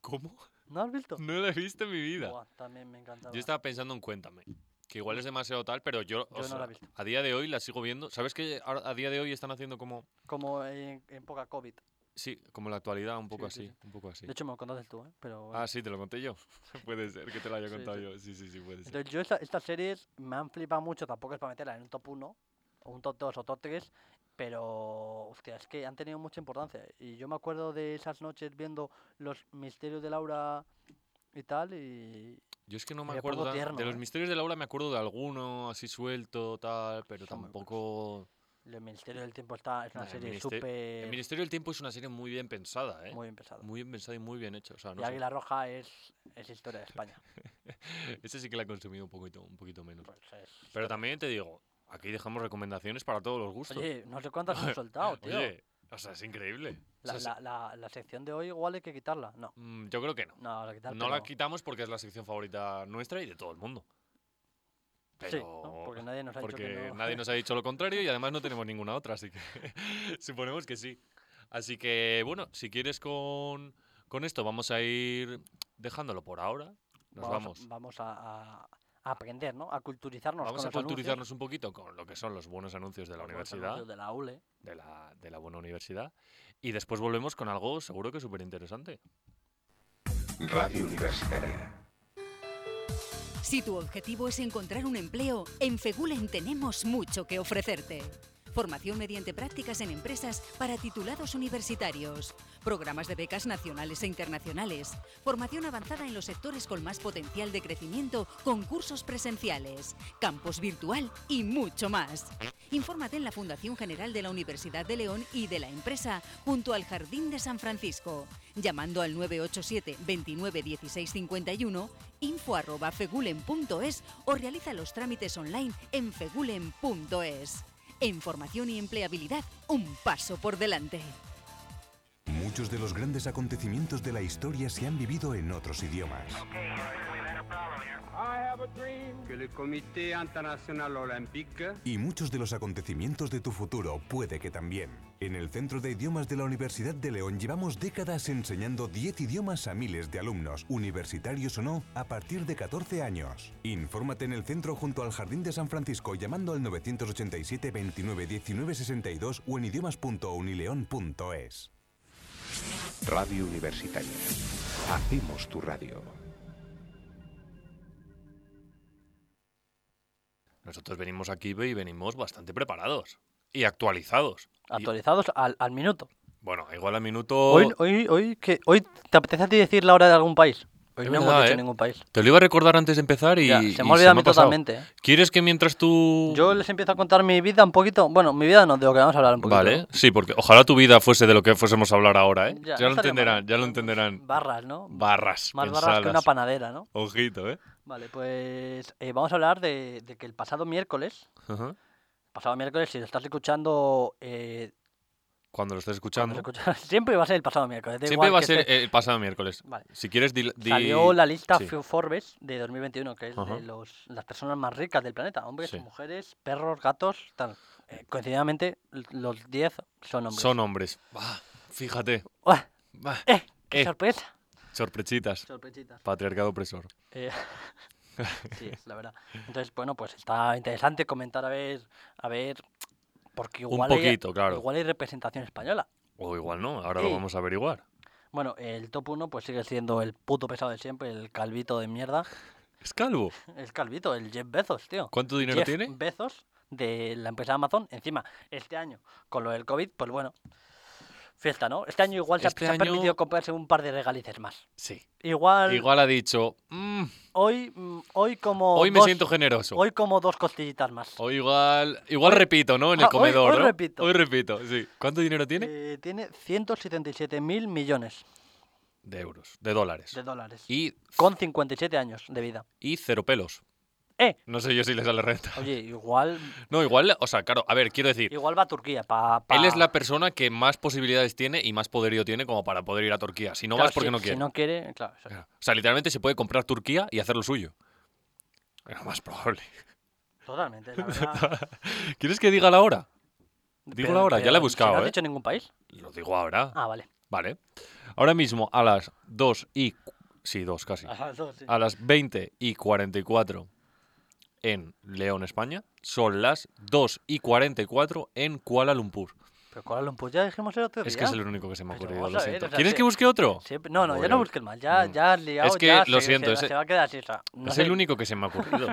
¿Cómo? ¿No has visto? No la he visto en mi vida. Buah, también me encantaba. Yo estaba pensando en Cuéntame. Que igual es demasiado tal, pero yo, o Yo no sea, la he visto. a día de hoy la sigo viendo. ¿Sabes que ahora- a día de hoy están haciendo como Como en, en poca COVID. sí, como la actualidad un poco Sí, sí, así, un poco así? De hecho, me lo contaste tú, ¿eh? Pero bueno. Ah, sí, te lo conté yo. puede ser que te lo haya Sí, contado sí. yo. Sí, sí, sí, puede ser. Entonces, yo esta- estas series me han flipado mucho, tampoco es para meterlas en un top 1, o un top 2 o top 3, pero, hostia, es que han tenido mucha importancia. Y yo me acuerdo de esas noches viendo los misterios de Laura y tal, y Yo es que no me me acuerdo pongo tan- tierno, de los ¿eh? misterios de Laura me acuerdo de alguno así suelto tal, pero Son muy buenos. tampoco. el Ministerio del Tiempo está, es una Nah, el serie Ministe- El súper Ministerio del Tiempo es una serie muy bien pensada, ¿eh? Muy, Eh, muy bien pensada. bien pensada y muy bien hecha. O sea, no y sé. Águila Roja es, es historia de España. Ese sí que la he consumido un poquito, un poquito menos. Pues es- Pero también te digo, aquí dejamos recomendaciones para todos los gustos. Oye, no sé cuántas han soltado, tío. Oye, o sea, es increíble. O la, sea, es- la- la- la sección de hoy igual hay que quitarla. No, mm, yo creo que no. no, la quitar, No la pero- quitamos porque es la sección favorita nuestra y de todo el mundo. Sí, Pero... ¿no? porque nadie nos ha dicho que porque no. nadie nos ha dicho lo contrario y además no tenemos ninguna otra, así que suponemos que sí. Así que, bueno, si quieres con, con esto, vamos a ir dejándolo por ahora. Nos vamos. a- Vamos a, a- a aprender, ¿no? A culturizarnos. Vamos con a los anuncios, culturizarnos un poquito con lo que son los buenos anuncios de la con los universidad, anuncios de la E, ULE. de la, de la buena universidad, y después volvemos con algo seguro que súper interesante. Radio Universitaria. Si tu objetivo es encontrar un empleo, en Fegulen tenemos mucho que ofrecerte. Formación mediante prácticas en empresas para titulados universitarios, programas de becas nacionales e internacionales, formación avanzada en los sectores con más potencial de crecimiento, concursos presenciales, campus virtual y mucho más. Infórmate en la Fundación General de la Universidad de León y de la empresa junto al Jardín de San Francisco, llamando al 987 29 16 51 info@fegulen.es o realiza los trámites online en fegulen.es. En formación y empleabilidad, un paso por delante. Muchos de los grandes acontecimientos de la historia se han vivido en otros idiomas. que le Comité international olympique Y muchos de los acontecimientos de tu futuro puede que también. En el Centro de Idiomas de la Universidad de León llevamos décadas enseñando 10 idiomas a miles de alumnos, universitarios o no, a partir de 14 años. Infórmate en el centro junto al Jardín de San Francisco llamando al 987 29 19 62 o en idiomas.unileón.es. Radio Universitaria. Hacemos tu radio. Nosotros venimos aquí ve, y venimos bastante preparados y actualizados. Y- Oh. Actualizados al, al minuto. bueno, igual al minuto. Hoy, hoy, hoy, que, hoy te apetece a ti decir la hora de algún país. Hoy Es no hemos verdad, dicho ¿eh? ningún país. Te lo iba a recordar antes de empezar y. Ya, y se me ha olvidado a mí pasado. Uh. totalmente. ¿eh? ¿Quieres que mientras tú. Yo les empiezo a contar mi vida un poquito. Bueno, mi vida no, de lo que vamos a hablar un poquito. Vale, sí, porque ojalá tu vida fuese de lo que fuésemos a hablar ahora, ¿eh? Ya, Ya, lo no estaría entenderán, mal. ya lo entenderán. Barras, ¿no? Barras, Más barras pensadas. que una panadera, ¿no? Ojito, ¿eh? Vale, pues eh, vamos a hablar de, de que el pasado miércoles, Ajá. pasado miércoles, si lo estás escuchando, eh, Cuando lo estés escuchando. cuando lo escuchas- siempre va a ser el pasado miércoles. da Siempre igual va a que ser estés- el pasado miércoles. Vale. Si quieres, di, di- Salió la lista sí. Fo- Forbes de 2021, que es Ajá. de los, las personas más ricas del planeta. Hombres, Sí. mujeres, perros, gatos, tal. Eh, coincidentemente, l- los 10 son hombres. Son hombres. Bah, fíjate. ¡Uah! Bah, ¡Eh! ¡Qué Eh. sorpresa! sorprechitas. Sorpresitas. Patriarcado opresor. Eh, sí, es la verdad. Entonces, bueno, pues está interesante comentar a ver, a ver, porque Un igual, poquito, hay, claro. igual hay representación española. O igual no, ahora Sí. lo vamos a averiguar. Bueno, el top 1 pues sigue siendo el puto pesado de siempre, el calvito de mierda. Es calvo. El calvito, el Jeff Bezos, tío. ¿Cuánto dinero Jeff tiene? Bezos de la empresa Amazon. Encima, este año, con lo del COVID, pues bueno, fiesta, ¿no? Este año igual se ha- Este se ha permitido año- comprarse un par de regalices más. Sí. Igual, Igual ha dicho, "Mm, Hoy, mm, hoy como hoy me dos- siento generoso. Hoy, hoy como dos costillitas más. igual, igual Hoy- repito, ¿no? En Ah, el hoy- comedor, hoy ¿no? repito. Hoy repito, sí. ¿Cuánto dinero tiene? Eh, tiene 177 mil millones De euros, de dólares. de dólares. Y, Con 57 años de vida. y cero pelos. ¡Eh! No sé yo si le sale renta. Oye, igual, No, igual, o sea, claro, a ver, quiero decir, igual va a Turquía. Pa, pa- él es la persona que más posibilidades tiene y más poderío tiene como para poder ir a Turquía. Si no Claro, vas porque si- no quiere. Si no quiere, claro. eso- Claro. O sea, literalmente se puede comprar Turquía y hacer lo suyo. Es lo más probable. Totalmente, la verdad. ¿Quieres que diga la hora? Digo Pero- la hora, ya la he pero si buscado, no has ¿eh? dicho ningún país? Lo digo ahora. Ah, vale. Vale. Ahora mismo a las 2 y... cu- Sí, Ah. 2 casi. Ajá, dos, sí. A las 20 y 44 en León, España. Son las 2 y 44 en Kuala Lumpur. Pero Kuala Lumpur ya dijimos el otro día. Es que es el único que se me ha Pero ocurrido, vamos lo a ver, siento. o sea, ¿Quieres sí. que busque otro? Siempre- No, no, ya Bueno, no busques mal. Ya, no. ya has liado. Mm. que, ya lo se- siento, se, ese- se va a quedar así. o sea, no es sé- el único que se me ha ocurrido.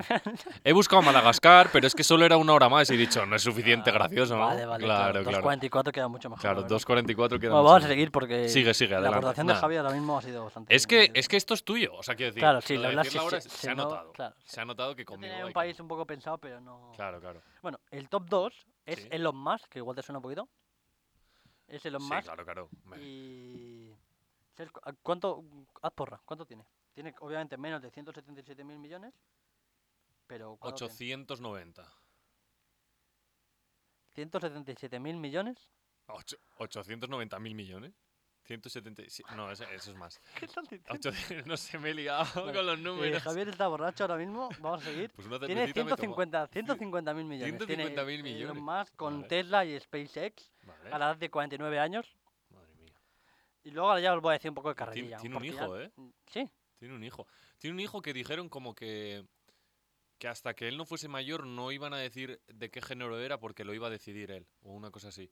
He buscado Madagascar, pero es que solo era una hora más y he dicho, no es suficiente gracioso, ¿no? Ah, Vale, vale. claro, claro, claro. 2.44 queda mucho mejor. Claro, la verdad. 2.44 queda Bueno, mucho vamos a más. seguir porque Sigue, sigue, la adelante. aportación de Nada. Javier ahora mismo ha sido bastante. Es que, es que esto es tuyo, o sea, quiero decir, Claro, sí, lo lo de hablas decir la si- hora si- se, si ha no, notado. claro, sí. se ha notado que conmigo Tenía hay Este un que- país un poco pensado, pero no. Claro, claro. Bueno, el top 2 es Sí. Elon Musk, que igual te suena un poquito. Es Elon Sí, Musk. claro, claro. Me- Y. ¿sabes cu- a- ¿Cuánto. Haz porra, ¿cuánto tiene? Tiene obviamente menos de 177 mil millones. Pero. 890. 177 mil millones. Ocho- 890 mil millones. 170. sí, No, eso, eso es más. ¿Qué estás diciendo? Ocho- no se me he liado Vale, con los Eh, números. Javier está borracho ahora mismo. Vamos a seguir. Pues una Tiene cervecita me tomo. 150 150 mil millones. Tiene eh, 150.000 Elon millones. Musk con Vale. Tesla y SpaceX Vale. a la edad de 49 años. Madre mía. Y luego ahora ya os voy a decir un poco de carrerilla. tiene un porque hijo, ya- ¿eh? Sí, Tiene un hijo. Tiene un hijo que dijeron como que que hasta que él no fuese mayor no iban a decir de qué género era porque lo iba a decidir él o una cosa así.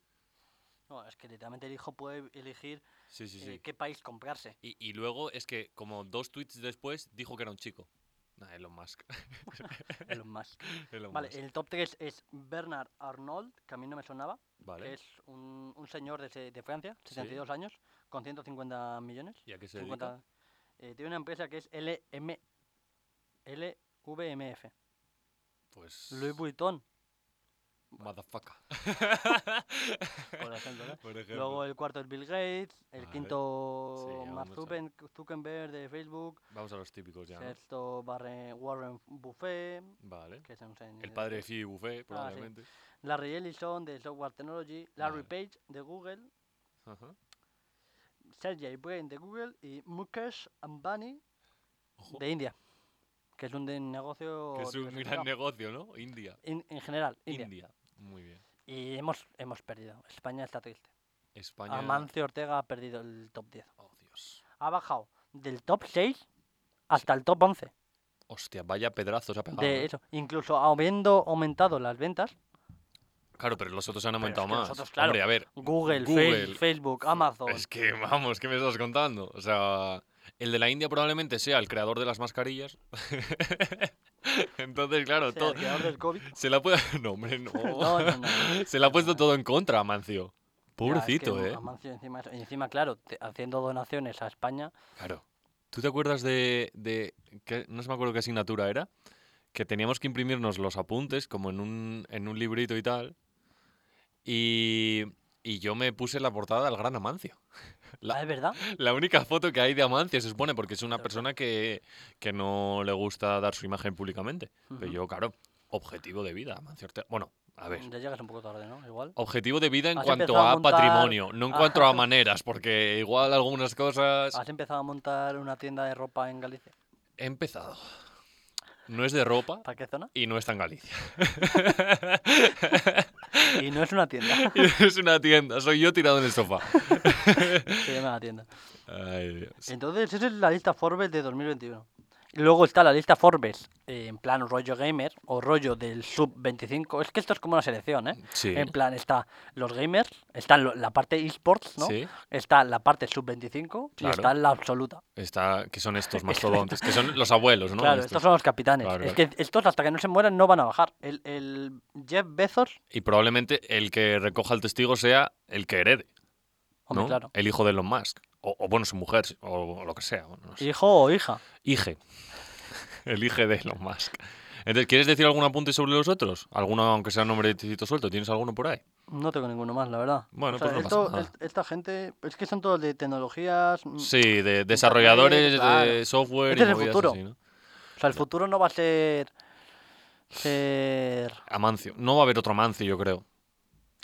no, es que literalmente el hijo puede elegir Sí, sí, eh, sí. qué país comprarse. Y, y luego es que como dos tweets después dijo que era un chico. Nah, Elon Musk. Elon Musk. Elon vale, Musk. el top 3 es Bernard Arnold, que a mí no me sonaba, que Vale. es un, un señor de, se- de Francia, Sí. 72 años, con 150 millones. ¿Y a qué se dedica? 50, eh, tiene una empresa que es LM, LVMF, Pues... Louis Vuitton, Motherfucker. por ejemplo. ¿no? Por ejemplo. Luego el cuarto es Bill Gates, el Vale. Sí, quinto aún Mark no Zucken- Zuckerberg de Facebook, Vamos a los típicos ya. ¿no? sexto Barre- Warren Buffet, Vale. que Ah, ese no sé ni El de- padre de Phoebe Buffet, probablemente. Larry Ellison de Software Technology, Larry Vale. Page de Google, Ajá. Sergey Brin de Google y Mukesh Ambani de India, que es un de- negocio que es un gran diversificado. negocio, ¿no? India. In- en general, India. India. Muy bien. Y hemos, hemos perdido. España está triste. España. Amancio Ortega ha perdido el top 10. Oh, Dios. Ha bajado del top 6 hasta el top 11. Ah, Hostia, vaya pedrazos ha pegado. de ¿eh? eso. Incluso habiendo aumentado las ventas, Claro, pero los otros han Pero es aumentado que más. nosotros, claro, Hombre, a ver. Google, Face- Google. Facebook, Amazon. Es que vamos, ¿qué me estás contando? O sea, el de la India probablemente sea el creador de las mascarillas. Entonces, claro, o sea, el todo. creador del COVID. Se la puede. No, hombre, no. No, no, no. Se la ha puesto todo en contra, Mancio. Ya, es que Pobrecito, no, ¿eh? Amancio encima, eso. Y encima, claro, te- haciendo donaciones a España. Claro. ¿Tú te acuerdas de, de qué- no se me acuerdo qué asignatura era? Que teníamos que imprimirnos los apuntes como en un, en un librito y tal. Y, y yo me puse la portada del gran Amancio. La- Ah, ¿Es verdad? La única foto que hay de Amancio se supone porque es una Claro. persona que, que no le gusta dar su imagen públicamente. Pero Ujú. yo, claro, objetivo de vida, Amancio Ortega. Bueno, a ver. Ya llegas un poco tarde, ¿no? Igual. Objetivo de vida en Has cuanto empezado a a, montar- patrimonio, no en Ah. cuanto a maneras, porque igual algunas cosas... ¿Has empezado a montar una tienda de ropa en Galicia? He empezado. No es de ropa ¿Para qué zona? y no está en Galicia. Y no es una tienda. es una tienda, soy yo tirado en el sofá. Se llama la tienda. Ay, Dios. Entonces, esa es la lista Forbes de 2021. Y Luego está la lista Forbes eh, en plan rollo gamer o rollo del sub 25. Es que esto es como una selección, ¿eh? Sí. En plan, está los gamers, está lo- la parte esports, ¿no? Sí, Está la parte sub 25 Claro. y está la absoluta. está, que son estos mastodontes, que son los abuelos, ¿no? claro, estos son los capitanes. Claro, es que estos hasta que no se mueran no van a bajar. El, el Jeff Bezos, Y probablemente el que recoja el testigo sea el que herede, hombre, ¿no? claro. El hijo de Elon Musk. O, o, bueno, su mujer, o, o lo que sea. bueno, no sé. Hijo o hija. Hije. El hije de Elon Musk. Entonces, ¿quieres decir algún apunte sobre los otros? ¿Alguno, aunque sea nombre de suelto? ¿Tienes alguno por ahí? No tengo ninguno más, la verdad. Bueno, O sea, pues no pasa esto- nada. est- Esta gente, es que son todos de tecnologías. mm, Sí, de desarrolladores, claro. de software Este y es el movidas futuro. así, ¿no? O sea, el futuro no va a ser. ser. Amancio. No va a haber otro Amancio, yo creo.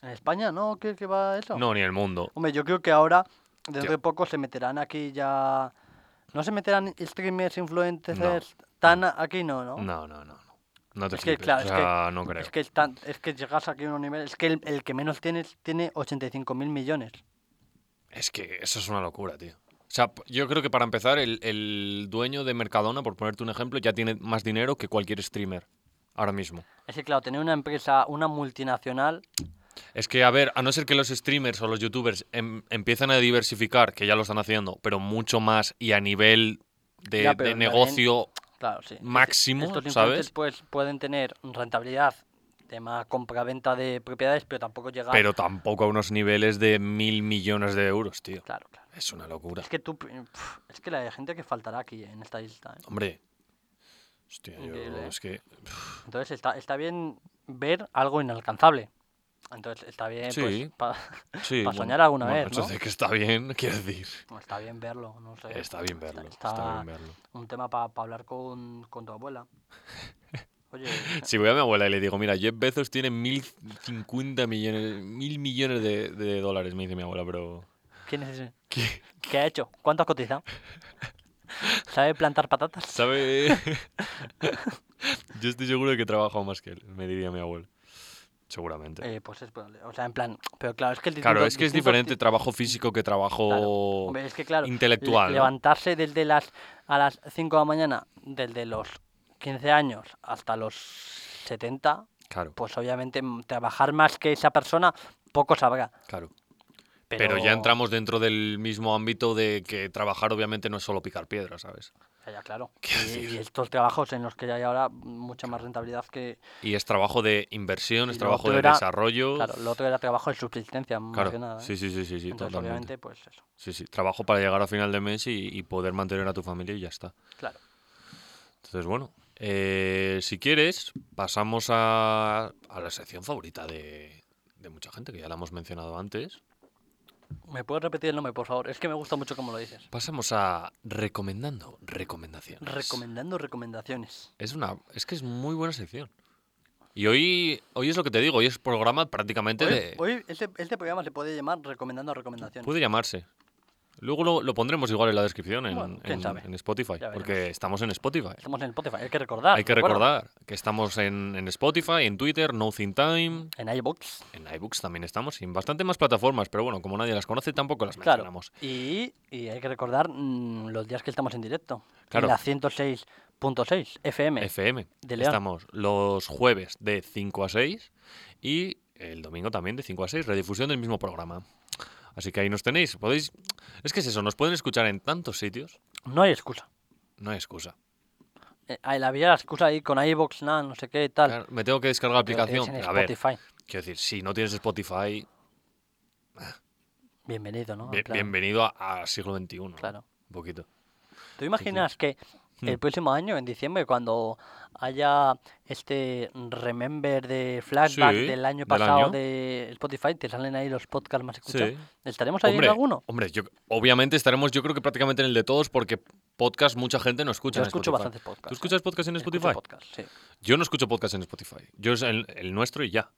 En España, ¿no? ¿Crees que va a eso? No, ni el mundo. Hombre, yo creo que ahora, dentro Tío. de poco, se meterán aquí ya. ¿No se meterán streamers, influencers? Tan a- aquí no, ¿no? No, no, no. No, No te Es que, flipes, claro, o es que- sea, no creo. Es que, están, es que llegas aquí a un nivel. Es que el, el que menos tienes tiene 85 mil millones. Es que eso es una locura, tío. O sea, p- yo creo que para empezar, el, el dueño de Mercadona, por ponerte un ejemplo, ya tiene más dinero que cualquier streamer ahora mismo. Es que, claro, tener una empresa, una multinacional. Es que, a ver, a no ser que los streamers o los youtubers em- empiecen a diversificar, que ya lo están haciendo, pero mucho más y a nivel de, Ya, de pero también- negocio Claro, sí. Es- máximo, Estos influencers ¿sabes? pues pueden tener rentabilidad, tema compra-venta de propiedades, pero tampoco llegar. Pero tampoco a unos niveles de mil millones de euros, tío. Claro, claro. Es una locura. Es que tú. pi- pf, Es que la de gente que faltará aquí en esta lista. ¿eh? Hombre. Hostia, yo- Increíble, ¿eh? es que. Entonces está, está bien ver algo inalcanzable. Entonces está bien pues, Sí. pa- Sí, Pa' soñar alguna vez, Eso ¿no? de que está bien, quiero decir. pues, está bien verlo, no sé. Está bien verlo. Está, está- bien verlo. Un tema para hablar con, con tu abuela. Oye, Si voy a mi abuela y le digo, mira, Jeff Bezos tiene mil cincuenta millones, mil millones de, de dólares, me dice mi abuela, pero. ¿quién es ese? ¿qué? ¿Qué ha hecho? ¿Cuánto ha cotizado? ¿Sabe plantar patatas? ¿Sabe? Yo estoy seguro de que he trabajado más que él, me diría mi abuela. Seguramente. Eh, pues es probable. O sea, en plan. Pero claro, es que el claro, distinto- es que es distinto ti- diferente trabajo físico que trabajo. Hombre, es que claro, le- intelectual, ¿no? levantarse desde las a las 5 de la mañana, desde los 15 años hasta los 70, Claro, pues obviamente mm, trabajar más que esa persona poco sabrá. claro. Pero, Pero ya entramos dentro del mismo ámbito de que trabajar obviamente no es solo picar piedra, ¿sabes? Ya, ya, claro. Quiero Y, y decir- estos trabajos en los que hay ahora mucha más rentabilidad que Y es trabajo de inversión, Y es lo trabajo otro de era- desarrollo. claro, lo otro era trabajo de subsistencia más Claro, que nada. ¿eh? sí, sí, sí, sí, sí, Entonces, totalmente. obviamente, pues eso. Sí, sí, trabajo para llegar a final de mes y, y poder mantener a tu familia y ya está. Claro. Entonces, bueno, eh, si quieres, pasamos a, a la sección favorita de, de mucha gente, que ya la hemos mencionado antes. ¿Me puedes repetir el nombre, por favor? Es que me gusta mucho cómo lo dices. Pasamos a recomendando recomendaciones. Recomendando recomendaciones. Es una, es que es muy buena sección. Y hoy, hoy es lo que te digo, hoy es programa prácticamente Hoy, de. hoy este, este programa se puede llamar Recomendando recomendaciones. Puede llamarse. Luego lo, lo pondremos igual en la descripción, en, Bueno, quién en- sabe. en Spotify, Ya veremos. porque estamos en Spotify. Estamos en Spotify, hay que recordar. Hay que ¿de acuerdo? recordar que estamos en, en Spotify, en Twitter, Nothing Time, En iBox. en iBooks también estamos, y en bastante más plataformas, pero bueno, como nadie las conoce, tampoco las Claro. mencionamos. Y, y hay que recordar mm, los días que estamos en directo. Claro. En la 106.6 FM. FM. de León. Estamos los jueves de 5 a 6 y el domingo también de 5 a 6, redifusión del mismo programa. Así que ahí nos tenéis. Podéis. Es que es eso, nos pueden escuchar en tantos sitios. No hay excusa. No hay excusa. Eh, hay- la había la excusa ahí con iBox, nada, no sé qué, tal. Claro, me tengo que descargar la pero lo tienes aplicación. en A ver, Spotify. quiero decir, si no tienes Spotify, Bienvenido, ¿no? En bien- plan, bienvenido a- al siglo XXI. ¿no? Claro. Un poquito. ¿Tú imaginas que Mm. el próximo año, en diciembre, cuando haya este remember de flashback Sí, del año del pasado año. de Spotify, te salen ahí los podcasts más escuchados? Sí. ¿Estaremos ahí Hombre, en alguno? Hombre, yo, obviamente estaremos, yo creo que prácticamente en el de todos, porque podcast mucha gente no escucha. Yo en escucho Spotify. bastantes podcasts. ¿Tú ¿eh? escuchas podcast en Escucho Spotify? podcasts, sí. Yo no escucho podcast en Spotify. Yo es el, el nuestro y ya.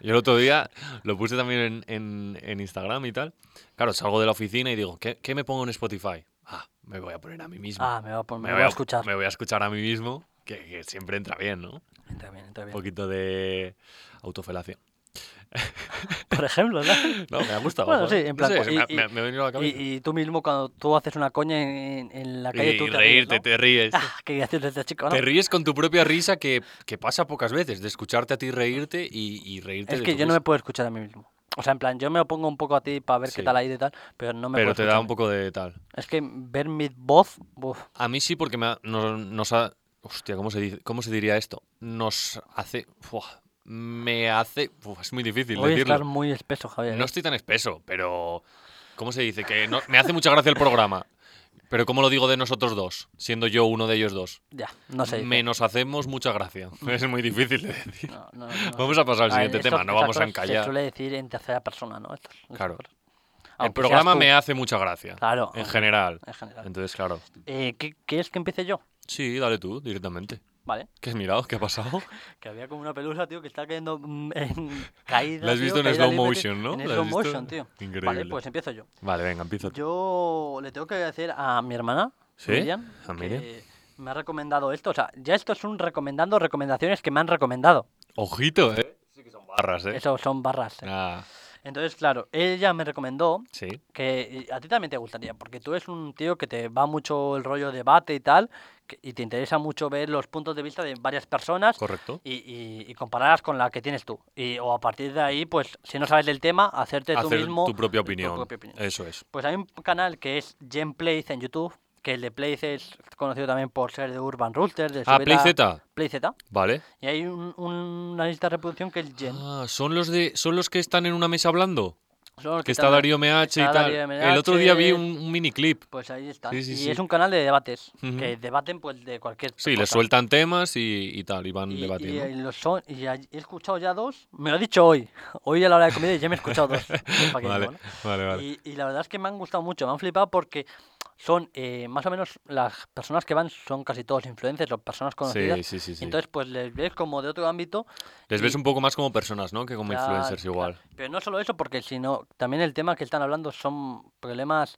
Yo el otro día lo puse también en, en- en Instagram y tal. Claro, salgo de la oficina y digo, ¿qué, qué me pongo en Spotify? Ah, me voy a poner a mí mismo. Ah, me voy a, pon- me voy a escuchar. Me voy a escuchar a mí mismo, que, que siempre entra bien, ¿no? Entra bien, entra Un bien. poquito de autofelación. Por ejemplo, ¿no? No, me ha gustado. Bueno, joder. sí, en No plan, sé, pues, se y- me, ha- y- me ha- me ha venido a la cabeza. Y, y tú mismo, cuando tú haces una coña en, en la calle, Y tú te ríes, reírte, ¿no? te ríes. Ah, qué gracioso este chico, ¿no? Te ríes con tu propia risa que, que pasa pocas veces, de escucharte a ti reírte y, y reírte Es de que tu yo no me risa. puedo escuchar a mí mismo. O sea, en plan, yo me opongo un poco a ti para ver Sí. qué tal ahí y tal, pero no me Pero puedo te da un escucharme. poco de tal. Es que ver mi voz, uf, A mí sí, porque me ha- nos, nos ha. Hostia, ¿cómo se, dice- ¿cómo se diría esto? Nos hace. Buah, me hace. buah, es muy difícil hoy decirlo. estás muy espeso, Javier. No ¿eh? estoy tan espeso, pero. ¿Cómo se dice? Que no- me hace mucha gracia el programa. Pero ¿cómo lo digo de nosotros dos? Siendo yo uno de ellos dos. Ya, no sé. dice. Me nos hacemos mucha gracia. Es muy difícil de decir. No, no, no. Vamos a pasar al A ver, siguiente esto- tema, no esas vamos a cosas Se encallar. suele decir en tercera persona, ¿no? Estas- estas Claro. cosas. El Aunque seas programa tú, me hace mucha gracia. Claro, En aunque- general. en general. Entonces, claro. Eh, ¿qué- ¿Quieres que empiece yo? Sí, dale tú directamente. Vale. ¿Qué has mirado? ¿Qué ha pasado? Que había como una pelusa, tío, que está cayendo mm, en caída. La has visto tío, en caída slow libre, tío, motion, ¿no? En ¿La has slow visto? motion, tío. Vale, Increíble. pues empiezo yo. Vale, venga, empieza tú. Yo le tengo que agradecer a mi hermana, ¿Sí? Miriam, A Miriam. que me ha recomendado esto. O sea, ya esto es un recomendando recomendaciones que me han recomendado. Ojito, ¿eh? Sí que son barras, ¿eh? Eso son barras. ¿eh? Ah, Entonces, claro, ella me recomendó sí. que y a ti también te gustaría, porque tú eres un tío que te va mucho el rollo debate y tal, que- y te interesa mucho ver los puntos de vista de varias personas Correcto. y, y- y compararlas con la que tienes tú. Y, o a partir de ahí, pues, si no sabes del tema, hacerte tú Hacer mismo tu propia opinión. propia opinión. Eso es. Pues hay un canal que es Gen Plays en YouTube, que el de Plays es conocido también por ser de Urban Rooster, de Ah, subir Play a- Z. Play Z. Vale. Y hay un- un- una lista de reproducción que es Gen. Ah, ¿son los, de, ¿son los que están en una mesa hablando? Son los Que están está ahí. Darío MH y Está tal. Darío El otro día vi MH. un, un mini clip. Pues ahí está. Sí, sí, y sí. es un canal de debates, Ujú. que debaten pues de cualquier Sí, les cosa. sueltan temas y, y tal, y van Y, y, debatiendo. eh, los son- y hay- he escuchado ya dos, me lo ha dicho hoy, hoy a la hora de comida y ya me he escuchado dos. sepa que Vale, digo, ¿no? vale, vale. Y, y la verdad es que me han gustado mucho, me han flipado porque son eh, más o menos las personas que van son casi todos influencers o personas conocidas. Sí, sí, sí. sí. Entonces, pues les ves como de otro ámbito. Les ves y- un poco más como personas, ¿no? Que como Claro, influencers claro. igual. Pero no solo eso, porque sino también el tema que están hablando son problemas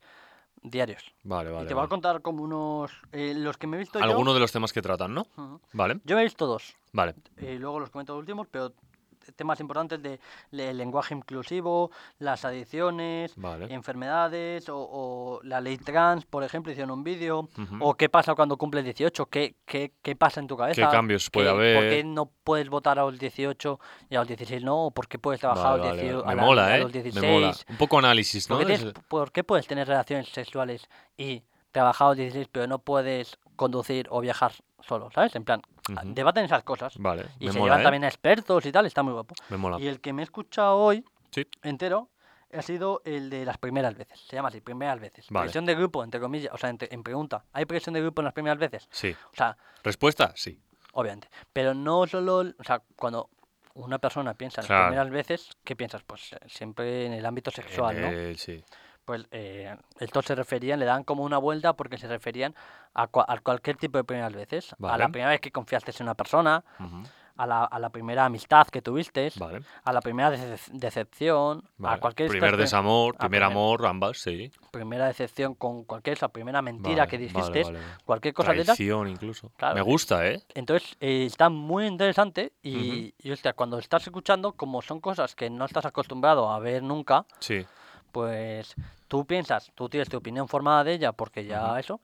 diarios. Vale, y vale. te voy a vale. contar como unos. eh, los que me he visto Alguno de los temas que tratan, ¿no? yo. Ujú. Vale, Yo me he visto dos. vale. eh, luego los comento los últimos, pero t- temas importantes de le- el lenguaje inclusivo, las adicciones, Vale. enfermedades o, o la ley trans, por ejemplo, hicieron un vídeo. Ujú. O qué pasa cuando cumples 18, qué, qué, qué pasa en tu cabeza. cambios puede ¿Qué- ¿Por haber? qué no puedes votar a los 18 y a los 16 no? ¿O por qué puedes trabajar Vale, a, los vale, 18 vale. a Me la- mola, a ¿eh? los 16? Me mola. Un poco análisis, ¿no? ¿Por, qué Es- eh, tienes- por qué puedes tener relaciones sexuales y trabajar a los 16 pero no puedes conducir o viajar solo? ¿Sabes? En plan, a- Ujú. debaten esas cosas. Vale, Y me se mola, llevan ¿eh? también a expertos y tal, está muy guapo. Me mola. Y el que me he escuchado hoy Sí. entero ha sido el de las primeras veces. Se llama así, primeras veces. Vale. Presión de grupo, entre comillas, o sea, entre- en pregunta. ¿Hay presión de grupo en las primeras veces? Sí. O sea, ¿Respuesta? Sí. obviamente. Pero no solo, el- o sea, cuando una persona piensa en Claro. las primeras veces, ¿qué piensas? Pues eh, siempre en el ámbito sexual, ¿no? Eh, sí. Pues eh, esto se referían, le dan como una vuelta porque se referían a, cua- a cualquier tipo de primeras veces. A Vale. la primera vez que confiaste en una persona, Ujú. a la, a la primera amistad que tuviste, Vale. a la primera decep- decepción, vale. a cualquier Ah, primer historia- desamor, a primer primer- amor, ambas, sí. primera decepción con cualquier esa primera mentira Vale, que vale, dijiste, vale, vale. cualquier cosa de esas. Traición incluso. Claro, Me eh, gusta, ¿eh? Entonces eh, está muy interesante y, y, hostia, cuando estás escuchando, como son cosas que no estás acostumbrado a ver nunca, Sí. pues tú piensas, tú tienes tu opinión formada de ella porque ya Ujú. eso,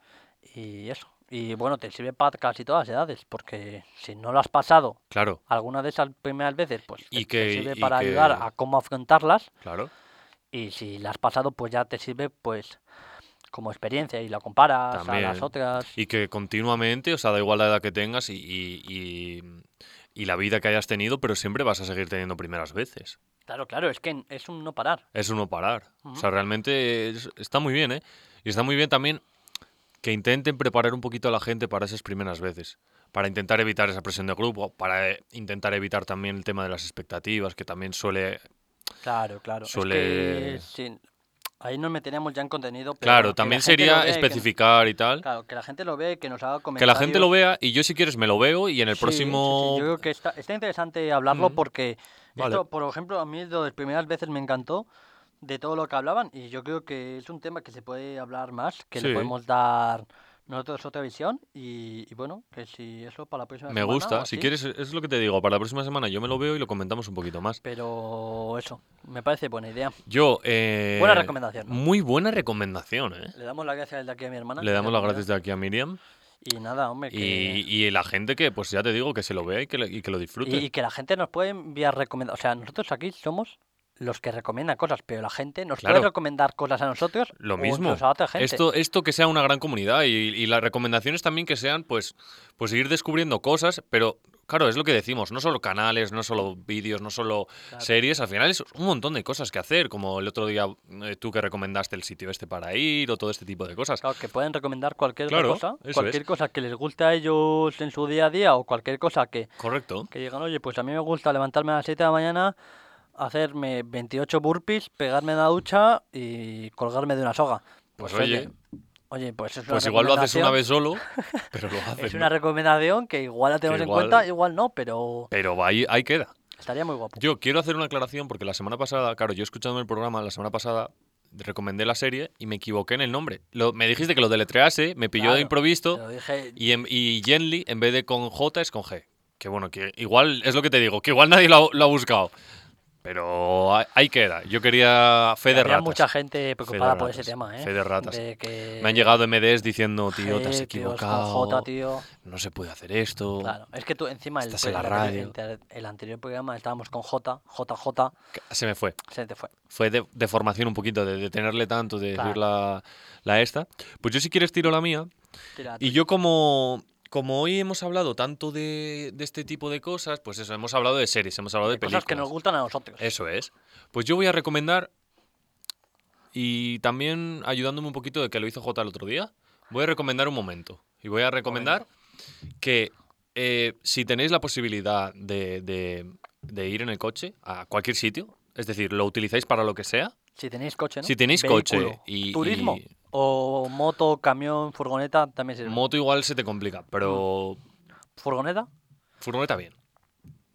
y eso. Y bueno, te sirve para casi todas las edades, porque si no lo has pasado Claro, alguna de esas primeras veces, pues Y te- te que- sirve y para ayudar que- a cómo afrontarlas, claro. y si las has pasado, pues ya te sirve pues como experiencia y la comparas a las También. otras. Y que continuamente, o sea, da igual la edad que tengas y, y, y- y la vida que hayas tenido, pero siempre vas a seguir teniendo primeras veces. Claro, claro, es que n- es un no parar. Es uno parar. O sea, Ujú. realmente es- está muy bien, ¿eh? Y está muy bien también que intenten preparar un poquito a la gente para esas primeras veces. Para intentar evitar esa presión de grupo, para eh, intentar evitar también el tema de las expectativas, que también suele... Claro, claro. es que Suele- sí, ahí nos meteríamos ya en contenido. Pero Claro, bueno, que la también gente lo sería vea y que nos- especificar y tal. claro, que la gente lo vea y que nos haga Que la gente comentarios. lo vea y yo si quieres me lo veo y en el Sí, sí, sí, próximo... Yo creo que está, está interesante hablarlo Mm, porque vale. esto, por ejemplo, a mí lo de las primeras veces me encantó de todo lo que hablaban y yo creo que es un tema que se puede hablar más, que Sí. le podemos dar nosotros otra visión y, y bueno, que si eso para la próxima Me semana o gusta, si así, quieres, es lo que te digo, para la próxima semana yo me lo veo y lo comentamos un poquito más. Pero eso, me parece buena idea. Yo, eh, Buena recomendación, ¿no? Muy buena recomendación, ¿eh? Le damos las gracias de aquí a mi hermana. Le que damos las se me olvidó. gracias de aquí a Miriam Y nada, hombre, que... y, y la gente que, pues ya te digo, que se lo vea y que, le- y que lo disfrute. Y, y que la gente nos puede enviar recomendaciones. O sea, nosotros aquí somos los que recomiendan cosas, pero la gente nos puede Claro. recomendar cosas a nosotros Lo o mismo. incluso a otra gente. Esto, esto que sea una gran comunidad y, y las recomendaciones también que sean, pues, pues ir descubriendo cosas, pero claro, es lo que decimos, no solo canales, no solo vídeos, no solo Claro. series, al final es un montón de cosas que hacer, como el otro día eh, tú que recomendaste el sitio este para ir o todo este tipo de cosas. Claro, que pueden recomendar cualquier otra Claro, cosa, eso es. cualquier cosa que les guste a ellos en su día a día o cualquier cosa que, Correcto. que digan, oye, pues a mí me gusta levantarme a las 7 de la mañana, hacerme 28 burpees, pegarme en la ducha y colgarme de una soga. Pues oye, oye, pues es una Pues igual lo haces una recomendación- vez solo, pero lo haces. Es ¿no? una recomendación que igual la tenemos en igual- cuenta, igual no, pero Pero va ahí, ahí queda. estaría muy guapo. Yo quiero hacer una aclaración porque la semana pasada, claro, yo escuchando el programa, la semana pasada recomendé la serie y me equivoqué en el nombre. Lo- me dijiste que lo deletrease, me pilló Claro, de Te improviso lo dije, y, en, y Jenly, en vez de con J, es con G. Que bueno, que igual es lo que te digo, que igual nadie lo, ha- lo ha buscado. Pero ahí- ahí queda. Yo quería fe de había ratas. mucha gente preocupada por ese ratas, tema, ¿eh? fe de ratas. que... Me han llegado MDs diciendo, tío, te has "Joder, tío, es con J, equivocado. tío. No se puede hacer esto. Claro, es que tú encima el, Estás en la programa que- radio. inter- el anterior programa estábamos con J, JJ, Se me fue. se te fue. fue de, de formación un poquito, de, de tenerle tanto, de Claro. decir la, la esta. Pues yo si quieres tiro la mía. Tira, Y tú. yo como, como hoy hemos hablado tanto de, de este tipo de cosas, pues eso, hemos hablado de series, hemos hablado de, De películas. cosas que nos gustan a nosotros. Eso es. Pues yo voy a recomendar, y también ayudándome un poquito de que lo hizo J el otro día, voy a recomendar un momento. Y voy a recomendar que eh, si tenéis la posibilidad de, de- de ir en el coche a cualquier sitio, es decir, lo utilizáis para lo que sea, Si tenéis coche, ¿no? Si tenéis coche Vehículo. y- turismo y- o moto, camión, furgoneta también sirve. moto igual se te complica, pero furgoneta, furgoneta bien.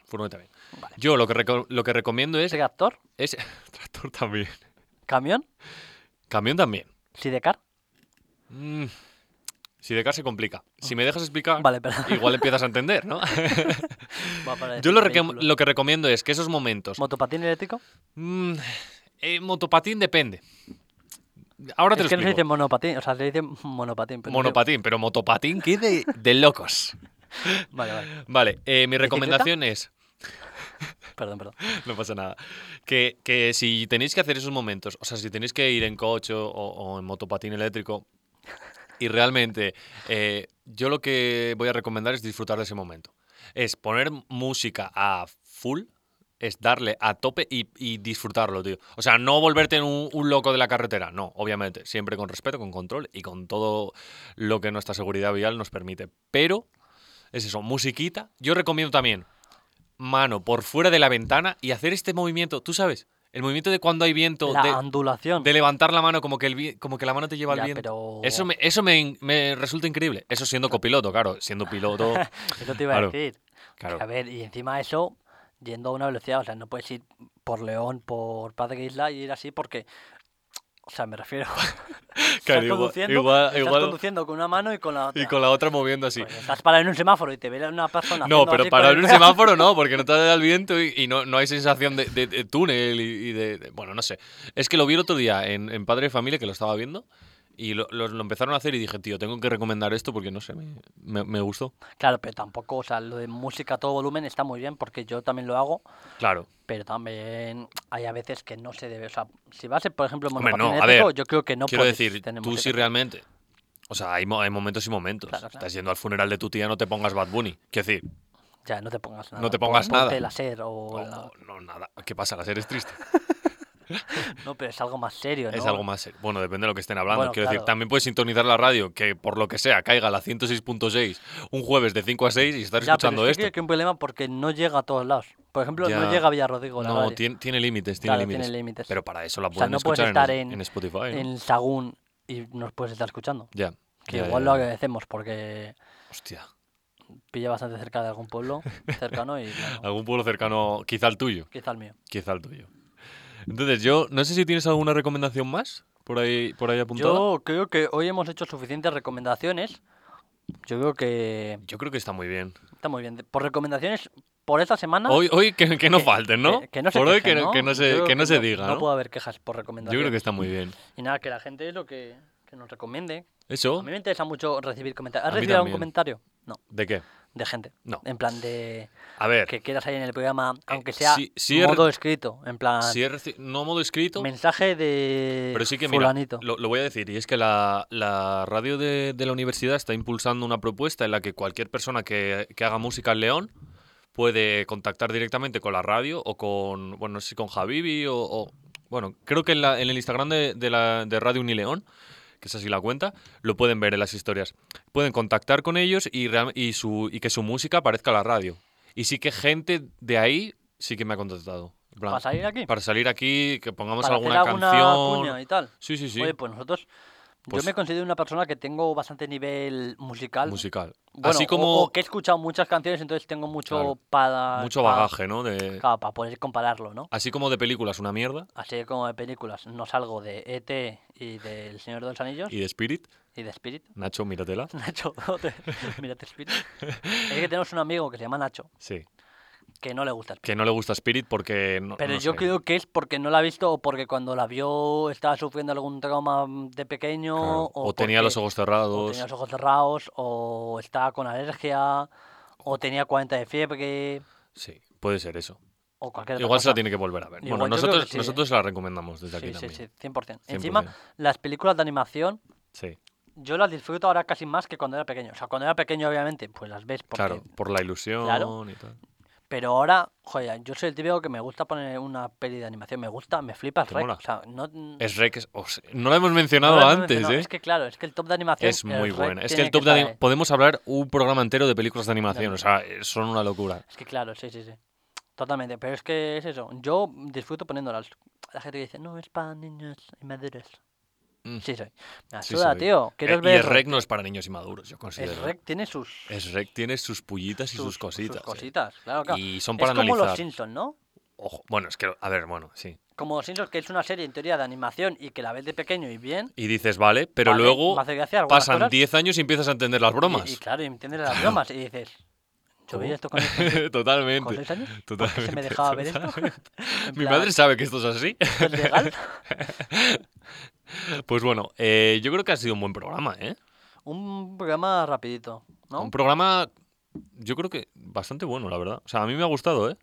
Furgoneta bien. Vale. Yo lo que, reco- lo que recomiendo es, tractor, es... Tractor también. camión, Camión también. sidecar. Mm, Si de car se complica. Si me dejas explicar, Vale, pero igual empiezas a entender, ¿no? va para Yo lo, decir recom- vehículo. lo que recomiendo es que esos momentos... motopatín eléctrico. Mm, eh, motopatín depende. Ahora te es lo que no se explico. dice monopatín, o sea, se dice monopatín. pero no sé- Monopatín, pero motopatín que de, de locos. Vale, vale. Vale, eh, mi recomendación es Perdón, perdón. No pasa nada. Que, que si tenéis que hacer esos momentos, o sea, si tenéis que ir en coche o, o en motopatín eléctrico, y realmente eh, yo lo que voy a recomendar es disfrutar de ese momento. Es poner música a full, es darle a tope y, y disfrutarlo, tío. O sea, no volverte en un, un loco de la carretera, no, obviamente, siempre con respeto, con control y con todo lo que nuestra seguridad vial nos permite. Pero es eso, musiquita. Yo recomiendo también mano por fuera de la ventana y hacer este movimiento, tú sabes, el movimiento de cuando hay viento, La de, ondulación. de levantar la mano como que, el, vi- como que la mano te lleva Ya, al viento. pero Eso, me, eso me, me resulta increíble. Eso siendo copiloto, claro, siendo piloto. eso te iba a Claro. decir. Claro. A ver, y encima eso, yendo a una velocidad, o sea, no puedes ir por León, por Padre Isla y ir así porque. O sea, me refiero. Claro, estás igual- conduciendo, igual- estás igual- conduciendo con una mano y con la otra. Y con la otra moviendo así. Pues estás parado en un semáforo y te ve una persona. No, haciendo pero así para con abrir el un brazo. semáforo no, porque no te da el viento y, y no, no hay sensación de, de- de túnel y, y de, de- Bueno, no sé. Es que lo vi el otro día en, en Padre de Familia, que lo estaba viendo, y lo, lo- lo empezaron a hacer y dije, tío, tengo que recomendar esto porque no sé, me, me- me gustó. Claro, pero tampoco, o sea, lo de música a todo volumen está muy bien porque yo también lo hago, Claro. pero también hay a veces que no se debe, o sea, si vas, por ejemplo, en Hombre, no, a monopatinético, ver, yo creo que no Quiero puedes decir, tener tú música. sí realmente... O sea, hay, mo- hay momentos y momentos. Claro, claro. Estás yendo al funeral de tu tía, no te pongas Bad Bunny. Quiero decir, Ya, no te pongas nada. No te pon- pongas nada. ponte la SER o no, la- no, nada. ¿Qué pasa? La serie es triste. No, pero es algo más serio, ¿no? Es algo más serio. Bueno, depende de lo que estén hablando. Bueno, Quiero claro. decir, también puedes sintonizar la radio, que por lo que sea caiga a la 106.6 un jueves de 5 a 6 y estar Ya, pero escuchando es que esto. creo que hay un problema porque no llega a todos lados. Por ejemplo, Ya. no llega a Villarrodrigo la no, radio. tiene, tiene límites, tiene Claro, límites. tiene límites. Pero para eso la sea, pueden no puedes escuchar estar en, en- en Spotify. ¿no? En Sagún y nos puedes estar escuchando. Ya. Que ya, ya, igual ya. lo agradecemos porque Hostia. pilla bastante cerca de algún pueblo cercano y claro, Algún pueblo cercano, quizá al tuyo. quizá el mío. Quizá al tuyo. Entonces, yo no sé si tienes alguna recomendación más por ahí, por ahí apuntada. Yo creo que hoy hemos hecho suficientes recomendaciones. Yo creo que Yo creo que está muy bien. está muy bien. Por recomendaciones, por esta semana. Hoy, hoy que, que no que- falten, ¿no? que- que no se por hoy quejen, que, no- que no Yo se, creo que no se no- diga, No, ¿no? puede haber quejas por Yo recomendaciones. creo que está muy bien. Y nada, que la gente es lo que, que nos recomiende. ¿Eso? A mí me interesa mucho recibir comentarios. A ¿Has mí recibido algún también. comentario? No, ¿De qué? de gente. No. En plan de A ver, Eh, que quieras ahí en el programa, aunque Eh, sea sí- sí he re- modo escrito. En plan, si he reci- no modo escrito, mensaje de pero sí que mira, fulanito. lo, lo voy a decir, y es que la, la radio de, de la universidad está impulsando una propuesta en la que cualquier persona que, que haga música en León puede contactar directamente con la radio o con, bueno, no sé si con Javibi o, o- bueno, creo que en, la- en el Instagram de, de la, de Radio Unileón, que es así la cuenta, lo pueden ver en las historias. Pueden contactar con ellos y, real- y, su, y que su música aparezca en la radio. Y sí que gente de ahí sí que me ha contactado. En plan, ¿Vas a ir aquí? para salir aquí, que pongamos Para hacer alguna alguna canción. cuña y tal. Sí, sí, sí. Oye, pues nosotros. Pues- Yo me considero una persona que tengo bastante nivel musical. musical. Bueno, Así o- como O, que he escuchado muchas canciones, entonces tengo mucho Claro. para. mucho pa- bagaje, ¿no? De, claro, para poder compararlo, ¿no? así como de películas, una mierda. Así como de películas. No salgo de E.T. y del Señor de los Anillos Y de Spirit, y de Spirit. Nacho, míratela. Nacho, te- mira, te explico. Es que tenemos un amigo que se llama Nacho, Sí. que no le gusta el Que no le gusta Spirit porque no. Pero no yo sé. creo que es porque no la ha visto o porque cuando la vio estaba sufriendo algún trauma mm, de pequeño Claro, o, O, tenía porque- los ojos o cerrados. tenía los ojos cerrados o estaba con alergia o tenía 40 de fiebre Sí, puede ser eso. o cualquier otra Igual se la cosa. tiene que volver a ver. Igual bueno, yo creo que nosotros, sí, ¿eh? nosotros la recomendamos desde aquí Sí, sí, también. sí, 100%. 100%. Encima, las películas de animación Sí, yo las disfruto ahora casi más que cuando era pequeño. O sea, cuando era pequeño obviamente pues las ves porque claro, por la ilusión Claro. y tal. Pero ahora, joder, yo soy el típico que me gusta poner una peli de animación. Me gusta, me flipa el Te rec. mola. O sea, no, no Es Rec, es- o sea, no la hemos mencionado lo hemos antes, mencionado. ¿eh? Es que claro, es que el top de animación. Es muy el rec buena. Es que tiene el top de estar anim- ahí. Podemos hablar un programa entero de películas de animación. O sea, eh, son una locura. Es que claro, sí, sí, sí. Totalmente. Pero es que es eso. Yo disfruto poniéndolas. La gente que dice, no, es para niños inmaduros. Mm. Sí, soy. Me Sí ayuda, soy. tío. Eh, ¿Quieres y ver? el rec no es para niños inmaduros, yo considero. El rec tiene sus. Es rec tiene sus pullitas y sus, cositas. eh. cositas, claro, claro. Y son es para como los analizar. Simpsons, ¿no? Ojo, bueno, es que, a ver, bueno, sí. Como los Simpsons, que es una serie en teoría de animación y que la ves de pequeño y bien. Y dices, vale, pero Vale, luego me hace gracia algunas pasan cosas. 10 años y empiezas a entender las bromas. Y, y claro, y entiendes las bromas y dices, yo veía ¿Cómo? esto con, con totalmente. seis años, ¿por qué Totalmente. se me dejaba ver esto? totalmente. En Mi plan, madre sabe que esto es así. ¿esto es legal? Pues bueno, eh, yo creo que ha sido un buen programa, ¿eh? Un programa rapidito, ¿no? Un programa, yo creo que bastante bueno, la verdad. O sea, a mí me ha gustado, ¿eh?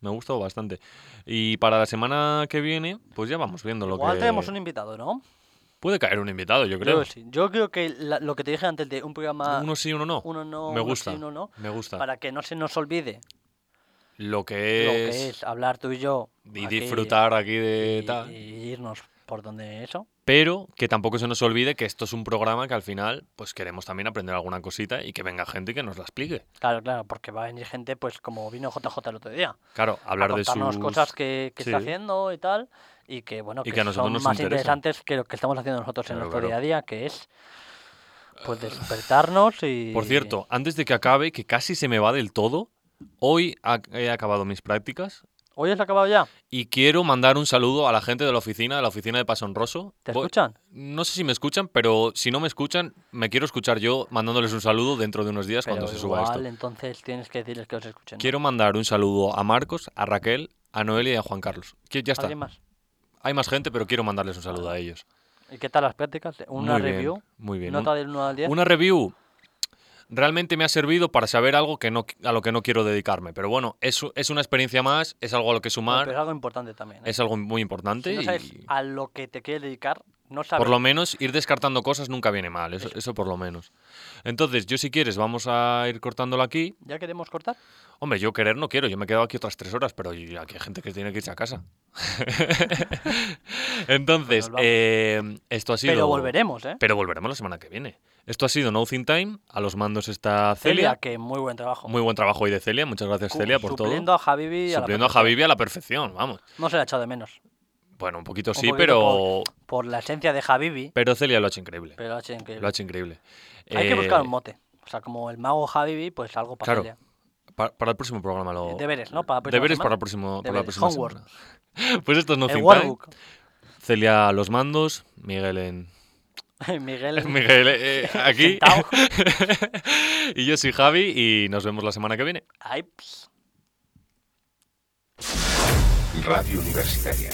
Me ha gustado bastante. Y para la semana que viene, pues ya vamos viendo lo Igual que... tenemos un invitado, ¿no? Puede caer un invitado, yo creo. Yo, sí. Yo creo que la- lo que te dije antes de un programa Uno sí, uno no. uno no, me uno sí, gusta. uno no, Me gusta. para que no se nos olvide Lo lo que es. que es hablar tú y yo Y aquí disfrutar aquí de y, tal. y irnos por donde eso. Pero que tampoco se nos olvide que esto es un programa que al final, pues queremos también aprender alguna cosita y que venga gente y que nos la explique. Claro, claro, porque va a venir gente, pues como vino JJ el otro día. Claro, a hablar de contarnos sus. cosas que, que Sí. está haciendo y tal, y que bueno, Y que a nosotros son nos más interesa. interesantes que lo que estamos haciendo nosotros en Claro, nuestro claro. día a día, que es pues despertarnos y Por cierto, antes de que acabe, que casi se me va del todo, Hoy ha- he acabado mis prácticas ¿Hoy has acabado ya? y quiero mandar un saludo a la gente de la oficina, de la oficina de Paso Honroso. ¿Te Voy- escuchan? No sé si me escuchan, pero si no me escuchan, me quiero escuchar yo mandándoles un saludo dentro de unos días Pero cuando se suba igual, esto. entonces tienes que decirles que os escuchen. ¿no? Quiero mandar un saludo a Marcos, a Raquel, a Noelia y a Juan Carlos. Que ya está. ¿Alguien más? Hay más gente, pero quiero mandarles un saludo a ellos. ¿Y qué tal las prácticas? ¿Una Muy bien, review? muy bien. ¿Nota Un- del 1 al 10? Una review realmente me ha servido para saber algo que no, a lo que no quiero dedicarme. Pero bueno, es, u- es una experiencia más, es algo a lo que No, sumar, pero es algo importante también. ¿eh? es algo muy importante si no sabes y a lo que te quieres dedicar, no sabes. por lo menos ir descartando cosas nunca viene mal, eso, Eso. eso por lo menos. Entonces, yo si quieres vamos a ir cortándolo aquí. ¿Ya queremos cortar? Hombre, yo querer no quiero, yo me he quedado aquí otras tres horas, pero y aquí hay gente que tiene que irse a casa. Entonces, vamos. eh, esto ha sido... Pero volveremos, ¿eh? Pero volveremos la semana que viene. Esto ha sido Nothing Time, a los mandos está Celia, Celia. que muy buen trabajo. Muy buen trabajo hoy de Celia, muchas gracias Cu- Celia por todo. Supliendo a Javibi. y a la Supliendo a perfección. Javivi a la perfección, vamos. No se la ha echado de menos. Bueno, un poquito Un sí, poquito pero Por la esencia de Javibi. pero Celia lo ha hecho increíble. Pero ha sido increíble. Lo ha hecho increíble. Hay que buscar Eh, un mote. O sea, como el mago Javibi, pues algo para claro, Celia. pa- para, el próximo programa lo... Eh, deberes, ¿no? Para la próxima Deberes semana. para, el próximo, para la Deberes, próxima homework. semana. Pues esto es El Nothing Time. Warbook. Celia a los mandos, Miguel en... Miguel. Miguel eh, aquí. sentado. y yo soy Javi y nos vemos la semana que viene. Ay, pues, ps. Radio Universitaria.